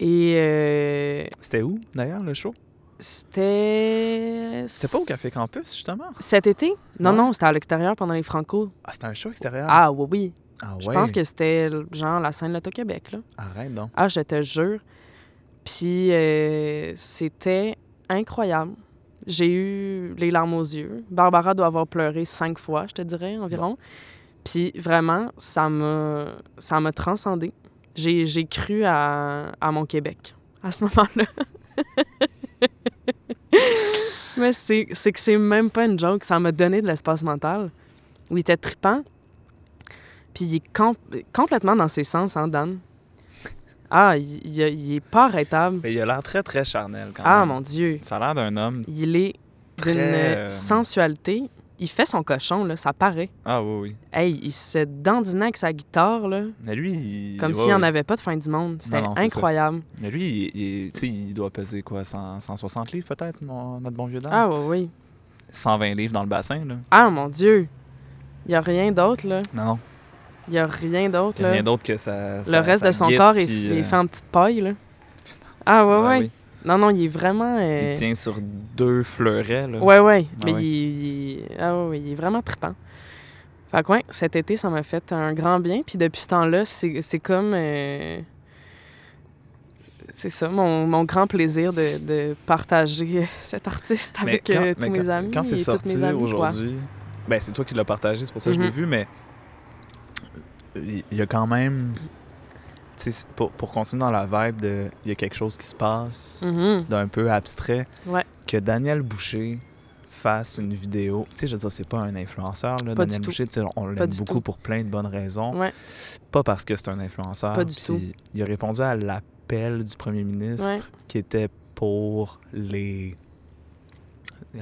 B: Et euh,
A: C'était où, d'ailleurs, le show?
B: c'était...
A: C'était pas au Café Campus, justement?
B: Cet été? Non,
A: Ouais.
B: non, c'était à l'extérieur pendant les Franco.
A: Ah, c'était un show extérieur?
B: Ah oui, oui.
A: Ah ouais?
B: Je pense que c'était genre la scène Loto-Québec, là.
A: Arrête, donc.
B: Ah, je te jure. Puis euh, c'était incroyable. J'ai eu les larmes aux yeux. Barbara doit avoir pleuré cinq fois, je te dirais, environ. Puis vraiment, ça m'a, ça m'a transcendée. J'ai, j'ai cru à, à mon Québec à ce moment-là. Mais c'est, c'est que c'est même pas une joke. Ça m'a donné de l'espace mental. où Il était tripant. Puis il est com- complètement dans ses sens, hein, Dan? Ah, il, il- il est pas arrêtable.
A: Mais il a l'air très, très charnel, quand
B: Ah,
A: même.
B: mon Dieu.
A: Ça a l'air d'un homme.
B: Il est d'une
A: Très, euh,
B: sensualité. Il fait son cochon, là, ça paraît.
A: Ah oui, oui.
B: Hey, il se dandinait avec sa guitare, là,
A: Mais lui, il...
B: comme
A: ouais,
B: s'il n'y en
A: ouais.
B: avait pas de fin du monde. C'était
A: Non, non, c'est ça.
B: incroyable.
A: Mais lui, il, il- tu sais, il doit peser, quoi, 100 160 livres, peut-être, mon- notre bon vieux dame?
B: Ah, oui, oui.
A: 120 livres dans le bassin, là.
B: Ah, mon Dieu. Il y a rien d'autre, là.
A: Non, non.
B: Il y a rien
A: Il
B: d'autre,
A: n'y a
B: là.
A: rien d'autre que ça... euh,
B: Le reste de son corps est, est fait en petite paille, là. Ah, ouais, ouais. Non, non, il est vraiment. euh,
A: Il tient sur deux fleurets, là.
B: Ouais, ouais.
A: Ah
B: mais
A: ouais.
B: Il, il- ah ouais, ouais, il est vraiment trippant. Fait que, ouais, cet été, ça m'a fait un grand bien. Puis depuis ce temps-là, c'est c'est comme. euh, C'est ça, mon, mon grand plaisir de, de partager cet artiste
A: Mais
B: avec euh, tous
A: mais
B: mes amis.
A: Quand c'est
B: et toutes
A: sorti
B: mes amies, quoi.
A: aujourd'hui, ben c'est toi qui l'as partagé, c'est pour ça que je l'ai
B: Mhm.
A: vu, mais il il y a quand même. tu sais, c'est- Pour, pour continuer dans la vibe de il y a quelque chose qui se passe
B: Mhm.
A: d'un peu abstrait
B: Ouais.
A: que Daniel Boucher fasse une vidéo. Tu sais, je veux dire, c'est pas un influenceur, là,
B: Pas du
A: Daniel
B: tout.
A: Boucher. tu sais, On
B: Pas
A: l'aime
B: du
A: beaucoup
B: tout.
A: pour plein de bonnes raisons.
B: Ouais.
A: Pas parce que c'est un influenceur.
B: Pas du
A: puis
B: tout.
A: Il a répondu à l'appel du premier ministre
B: Ouais.
A: qui était pour les. euh,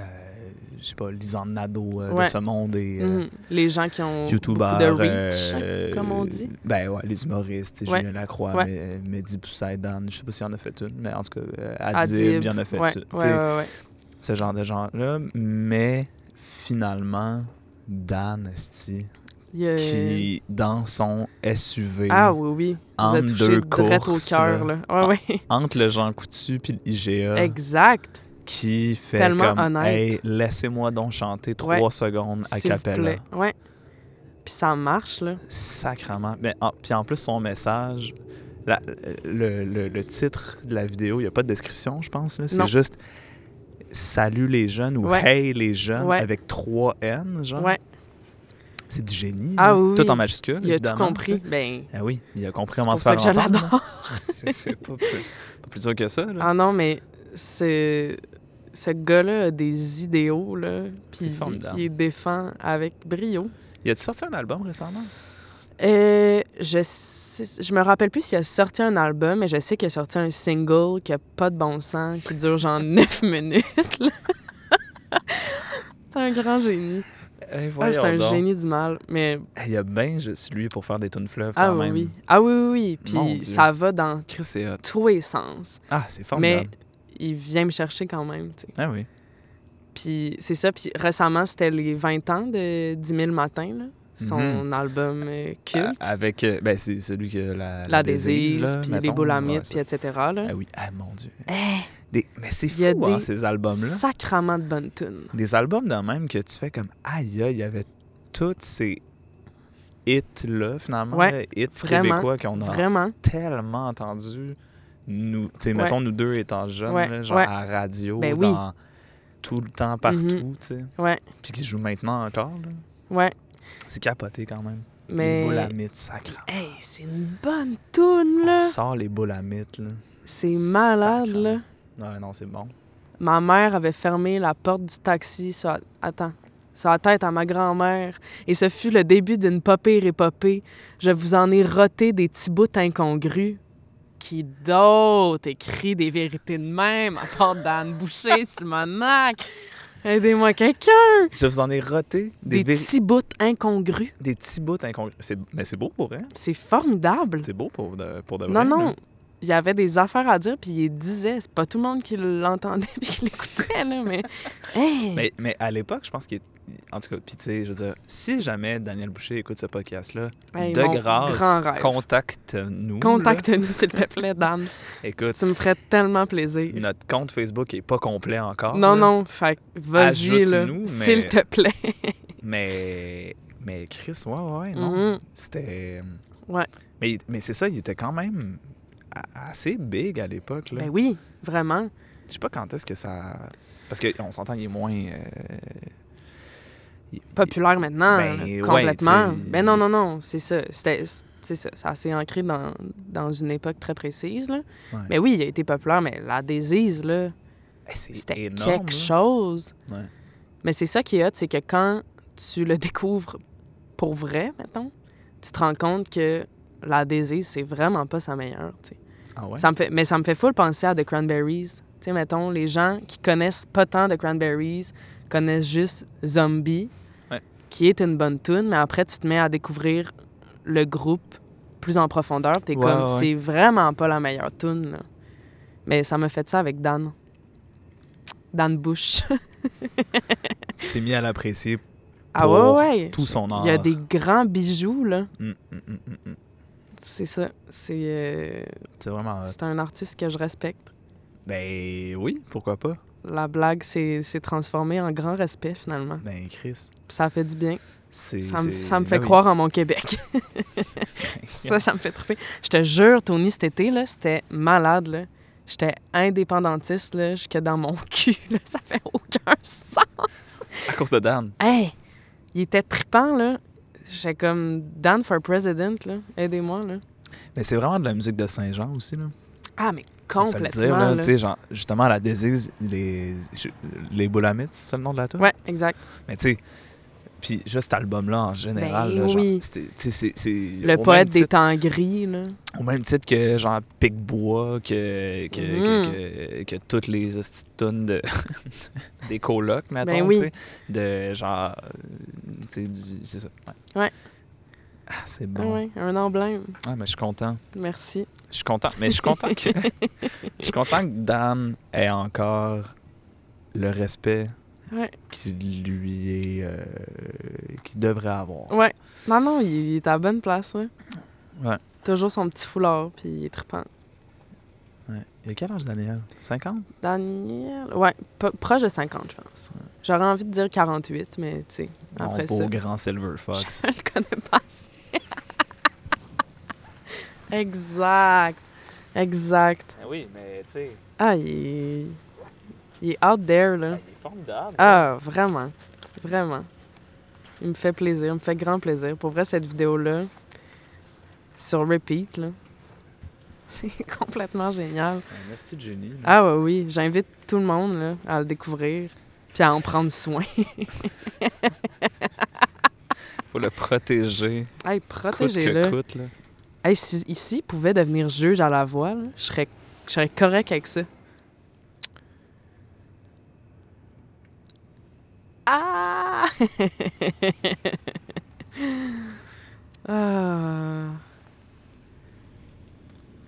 A: je sais pas, les ornados euh,
B: Ouais.
A: de ce monde et. euh,
B: Mhm. Les gens qui ont
A: youtubeurs,
B: beaucoup de reach, hein,
A: euh,
B: comme on dit.
A: Ben ouais, les humoristes, tu sais,
B: Ouais.
A: Julien Lacroix,
B: Ouais.
A: mais- Mehdi Poussaïdan, je sais pas s'il en a fait une, mais en tout cas, euh, Adib,
B: Adib.
A: il en a fait
B: ouais,
A: une, tu
B: ouais,
A: sais,
B: ouais, ouais.
A: ce genre de gens-là. Mais finalement, Dan Esti,
B: Il y a-
A: qui dans son SUV,
B: Euh. Ah oui, oui. Vous
A: en
B: êtes touché
A: deux
B: direct au
A: courses,
B: cœur,
A: là.
B: là. Ouais, ouais.
A: entre le Jean Coutu puis le IGA,
B: exact.
A: qui fait
B: Tellement
A: comme
B: honnête.
A: Hey, laissez-moi donc chanter trois
B: Ouais.
A: secondes Mm, à
B: S'il vous
A: cappella.
B: plaît. Ouais. Puis ça marche, là.
A: Sacrement. Mais en- puis en plus, son message, la- le, le- le titre de la vidéo, il n'y a pas de description, je pense. là.
B: Non.
A: C'est juste Salut les jeunes ou
B: Ouais.
A: Hey les jeunes
B: Ouais.
A: avec trois N, genre.
B: Ouais.
A: C'est du génie.
B: Ah
A: là.
B: oui,
A: Tout
B: oui.
A: en majuscule.
B: Il a tout
A: évidemment, tu
B: compris.
A: sais.
B: Ben,
A: Ah oui, il a compris
B: c'est
A: comment
B: pour
A: se
B: ça
A: faire
B: que je
A: entendre,
B: l'adore.
A: là. C'est c'est pas, plus- pas plus dur que ça. là.
B: Ah non, mais ce, ce gars-là a des idéaux, là.
A: C'est
B: Puis il,
A: formidable.
B: il les défend avec brio.
A: Il a-tu sorti un album récemment?
B: Euh, je, sais- je me rappelle plus s'il a sorti un album, mais je sais qu'il a sorti un single qui a pas de bon sens, qui dure genre 9 minutes. là. c'est un grand génie.
A: Eh,
B: Ah, c'est
A: voyons
B: un
A: donc.
B: génie du mal. Mais
A: Eh, Il y a bien juste lui pour faire des tunes fleuves
B: ah
A: quand
B: oui,
A: même.
B: oui. Ah oui, oui, oui.
A: Mon
B: Puis
A: Dieu.
B: ça va dans
A: Chris, c'est hot.
B: tous les sens.
A: Ah, c'est
B: mais
A: formidable.
B: il vient me chercher quand même. tu sais.
A: Ah oui.
B: Puis c'est ça. Puis récemment, c'était les 20 ans de 10 000 matins, là, son
A: Mhm.
B: album euh, culte.
A: A- Avec, euh, ben, c'est celui qui a la,
B: la
A: désise,
B: désise,
A: là,
B: puis les
A: mettons. Ouais,
B: boulamites,
A: ça.
B: puis etc. là.
A: Ah oui, ah mon Dieu. Des- Mais c'est
B: Il y a
A: fou, hein,
B: des-
A: ces albums-là.
B: Sacrement de bonnes tunes.
A: Des albums de même que tu fais comme, aïe, aïe, il y avait toutes ces hits-là, finalement,
B: Ouais,
A: là, hits
B: vraiment,
A: québécois qu'on a
B: Vraiment.
A: tellement entendus. Nous, tu sais,
B: Ouais.
A: mettons, nous deux étant jeunes,
B: Ouais,
A: là, genre
B: ouais.
A: à radio,
B: Ben oui. Mhm.
A: dans- tout le temps, partout, tu sais.
B: Ouais.
A: Puis qui se jouent maintenant encore, là.
B: Ouais.
A: C'est capoté quand même. Les
B: Mais.
A: boulamites, sacrament.
B: Hey, c'est une bonne tune,
A: On
B: là.
A: sort les boulamites, là.
B: C'est malade,
A: Sacrement.
B: là.
A: Ouais, non, c'est bon.
B: Ma mère avait fermé la porte du taxi sur la... Attends. Sur la tête à ma grand-mère. Et ce fut le début d'une popée épopée. Je vous en ai roté des petits bouts incongrus. Qui d'autre écrit des vérités de même à part d'Anne Boucher, Simonac? Aidez-moi quelqu'un!
A: Je vous en ai roté des,
B: Des,
A: véri-
B: petits bouts incongrus.
A: des petits bouts incongrus. C'est- Mais c'est beau pour vrai.
B: C'est formidable!
A: C'est beau pour de, pour de
B: Non,
A: vrai,
B: non.
A: là.
B: Il y avait des affaires à dire, puis il disait. C'est pas tout le monde qui l'entendait puis qui l'écoutait, là, mais... Hey!
A: Mais, mais à l'époque, je pense qu'il. En tout cas, puis tu sais, je veux dire, si jamais Daniel Boucher écoute ce podcast-là,
B: Hey,
A: de
B: mon grand
A: grâce,
B: rêve.
A: contacte-nous. là.
B: Contacte-nous, s'il te plaît, Dan.
A: Écoute,
B: Tu me ferais tellement plaisir.
A: notre compte Facebook est pas complet encore. là,
B: Non, non, fait que vas-y, là,
A: Ajoute-nous, mais-
B: s'il te plaît.
A: Mais. Mais Chris, ouais, ouais, non.
B: Mhm.
A: C'était. euh,
B: Ouais.
A: Mais, mais c'est ça, il était quand même a- assez big à l'époque. là.
B: Ben oui, vraiment.
A: Je sais pas quand est-ce que ça. Parce qu'on s'entend, il est moins. euh, il-
B: Populaire maintenant,
A: Ben,
B: là,
A: ouais,
B: complètement.
A: tu sais,
B: ben non, non, non, c'est ça. C'était... C'est ça, ça s'est ancré dans, dans une époque très précise. Là.
A: Ouais.
B: Mais oui, il a été populaire, mais la désise, là,
A: il- c'est
B: C'était
A: énorme, hein.
B: quelque
A: là.
B: chose.
A: Ouais.
B: Mais c'est ça qui est hot, c'est que quand tu le découvres pour vrai, mettons, tu te rends compte que la désise, c'est vraiment pas sa meilleure. tu sais.
A: Ah ouais?
B: Ça me fait, mais ça me fait full penser à The Cranberries. Tu sais, mettons, les gens qui connaissent pas tant The Cranberries connaissent juste Zombie,
A: Ouais.
B: qui est une bonne tune, mais après, tu te mets à découvrir le groupe plus en profondeur. T'es
A: Ouais,
B: comme,
A: ouais, ouais.
B: c'est vraiment pas la meilleure tune. là. Mais ça m'a fait ça avec Dan. Dan Bush.
A: Tu t'es mis à l'apprécier pour
B: ah ouais, ouais.
A: tout son art.
B: Il y a des grands bijoux, là.
A: Mm, mm, mm, mm, mm.
B: C'est ça. C'est euh,
A: C'est vraiment. hot.
B: c'est un artiste que je respecte.
A: Ben oui, pourquoi pas?
B: La blague s'est s'est transformée en grand respect, finalement.
A: Ben Chris.
B: Ça fait du bien.
A: c'est-
B: Ça me,
A: c'est-
B: ça me fait
A: ben oui.
B: croire en mon Québec. ça, ça me fait triper. Je te jure, Tony, cet été, là, c'était malade, là. J'étais indépendantiste, là, jusque dans mon cul, là. Ça fait aucun sens.
A: à cause de Dan.
B: Hey! Il était trippant, là. J'étais comme « Dan for president », là. Aidez-moi, là.
A: Mais c'est vraiment de la musique de Saint-Jean aussi, là.
B: Ah, mais
A: Ça le
B: Complètement.
A: dire, là,
B: là.
A: tu sais, genre, justement, la disease, les, les boulamites, c'est ça le nom de la tune?
B: Ouais, exact.
A: Mais tu sais, puis juste cet album-là en général,
B: Ben
A: là, genre,
B: oui.
A: c'était- tu sais, c'est- c'est
B: Le
A: au
B: poète
A: même
B: des
A: titre-
B: temps gris, là.
A: Au même titre que genre Picbois, que, que,
B: Mhm.
A: que, que, que toutes les hosties de tunes de, des colocs, mettons,
B: Ben oui.
A: tu sais, de genre, euh, tu sais, du- c'est ça. Ouais.
B: Ouais.
A: Ah, c'est
B: Ah
A: bon.
B: ouais, un emblème.
A: Ah, mais je suis content.
B: Merci.
A: Je suis content, mais je suis content que je suis content que Dan ait encore le respect
B: Ouais.
A: qui lui est euh, qui devrait avoir.
B: Ouais. Non, non, il il est à la bonne place, là.
A: Ouais.
B: Toujours son petit foulard, puis il est trippant.
A: Ouais. Il a quel âge Daniel 50
B: Daniel. Ouais, po- proche de 50, je pense. J'aurais envie de dire 48, mais tu sais, après
A: Mon
B: ça.
A: beau grand Silver Fox.
B: Je le connais pas assez. exact. Exact.
A: Ben oui, mais tu sais,
B: Ah, il est... il est out there, là.
A: est formidable.
B: Ah, vraiment. Vraiment. Il me fait plaisir, il me fait grand plaisir. Pour vrai, cette vidéo-là, sur repeat, là, c'est complètement génial.
A: Merci Jenny.
B: Ah ouais, oui, j'invite tout le monde là, à le découvrir puis à en prendre soin.
A: Faut le protéger,
B: Hey,
A: coûte que
B: protégez-le.
A: coûte là.
B: Hey, si, ici, il pouvait devenir juge à la voix, là, je serais, je serais correct avec ça. Ah! ah!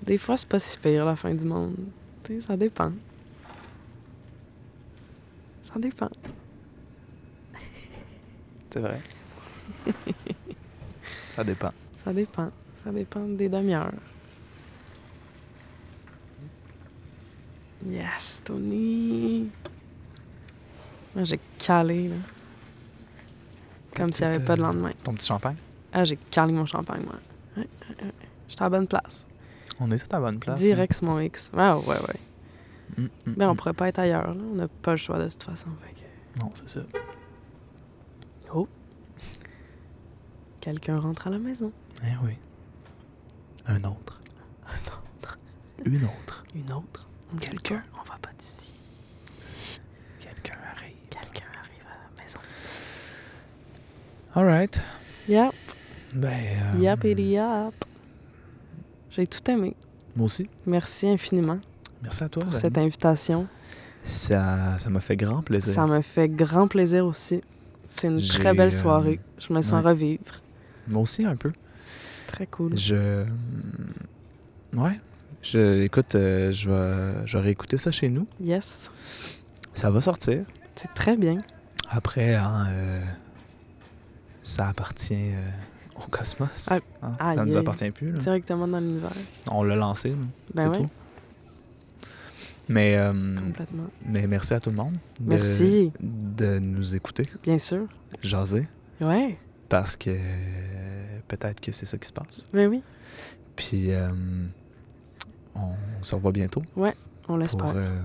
B: Des fois, c'est pas si pire, la fin du monde. Tu sais, ça dépend. Ça dépend.
A: C'est vrai. Ça dépend.
B: Ça dépend. Ça dépend des demi-heures. Yes, Tony! Moi, j'ai calé, là. Comme s'il n'y avait pas de lendemain.
A: Ton petit champagne
B: Ah, j'ai calé mon champagne, moi. Ouais, ouais, ouais. J'étais à la bonne place.
A: On est tout à la bonne place.
B: Direct sur mon X. Ah, Ouais, ouais, ouais.
A: là. Mm, mm,
B: Mais on
A: mm.
B: pourrait pas être ailleurs, là. On n'a pas le choix de toute façon. Fait que
A: Non, c'est ça.
B: quelqu'un rentre à la maison.
A: Eh oui. Un autre. Une autre.
B: Une autre. On sait
A: Quelqu'un.
B: pas, On va pas d'ici.
A: Quelqu'un arrive.
B: Quelqu'un arrive à la maison.
A: Alright.
B: Yep.
A: Ben. euh,
B: Yap et yap. J'ai tout aimé.
A: Moi aussi.
B: Merci infiniment
A: Merci à toi.
B: pour
A: Dani.
B: cette invitation.
A: Ça ça m'a fait grand plaisir.
B: Ça me fait grand plaisir aussi. C'est une
A: J'ai,
B: très belle
A: euh,
B: soirée. Je me sens
A: ouais.
B: revivre.
A: Moi aussi un peu.
B: C'est très cool.
A: Je. mm, Ouais. Je, écoute, euh, je vais, je vais réécouter ça chez nous.
B: Yes.
A: Ça va sortir.
B: C'est très bien.
A: Après, hein, euh, ça appartient euh, au cosmos.
B: Ah,
A: hein.
B: aïe,
A: ça ne nous
B: aïe.
A: appartient plus. là.
B: Directement dans l'univers.
A: On l'a lancé, c'est
B: Ben oui,
A: tout. Mais, euh,
B: complètement.
A: mais merci à tout le monde. de-
B: Merci.
A: de nous écouter,
B: Bien sûr.
A: jaser,
B: Ouais.
A: parce que euh, peut-être que c'est ça qui se passe.
B: Ben oui,
A: Puis euh, on se revoit bientôt.
B: on
A: Pour,
B: l'espère.
A: euh,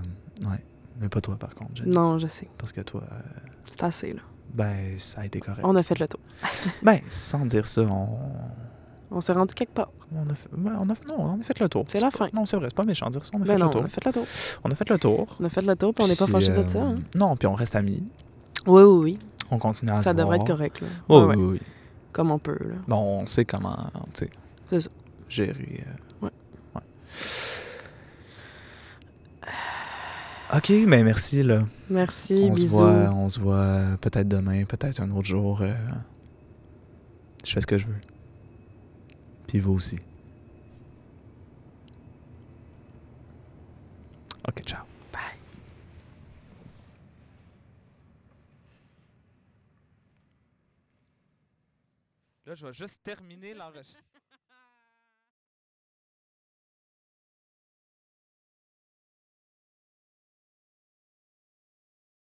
A: ouais, mais pas toi par contre, Jenny,
B: Non, je sais.
A: parce que toi, euh,
B: C'est assez, là.
A: ben ça a été correct.
B: On a fait le tour.
A: Ben sans dire ça, on,
B: On s'est rendu quelque part.
A: on a, fait, ouais, on a fait- non, on a fait le tour.
B: C'est la
A: pas-
B: fin.
A: Non, c'est vrai, c'est pas méchant de dire ça, on a
B: Ben
A: fait
B: non,
A: le
B: on
A: tour.
B: a fait le tour.
A: On a fait le tour.
B: On a fait le tour, puis on n'est pas fâchés de
A: euh,
B: ça. hein.
A: Non, puis on reste amis.
B: Oui, oui,
A: On continue à
B: oui.
A: se
B: Ça devrait être
A: voir.
B: correct, là.
A: Ouais, oui,
B: Ouais, ouais.
A: oui, oui.
B: Comme on peut, là.
A: Bon, on sait comment, tu sais,
B: C'est ça.
A: gérer. euh,
B: Ouais.
A: ouais. Ok, mais merci là.
B: Merci,
A: on se
B: bisous.
A: voit, on se voit peut-être demain, peut-être un autre jour. euh, je fais ce que je veux. Puis vous aussi. Ok, ciao. Bye. Là, je vais juste terminer l'enregistrement.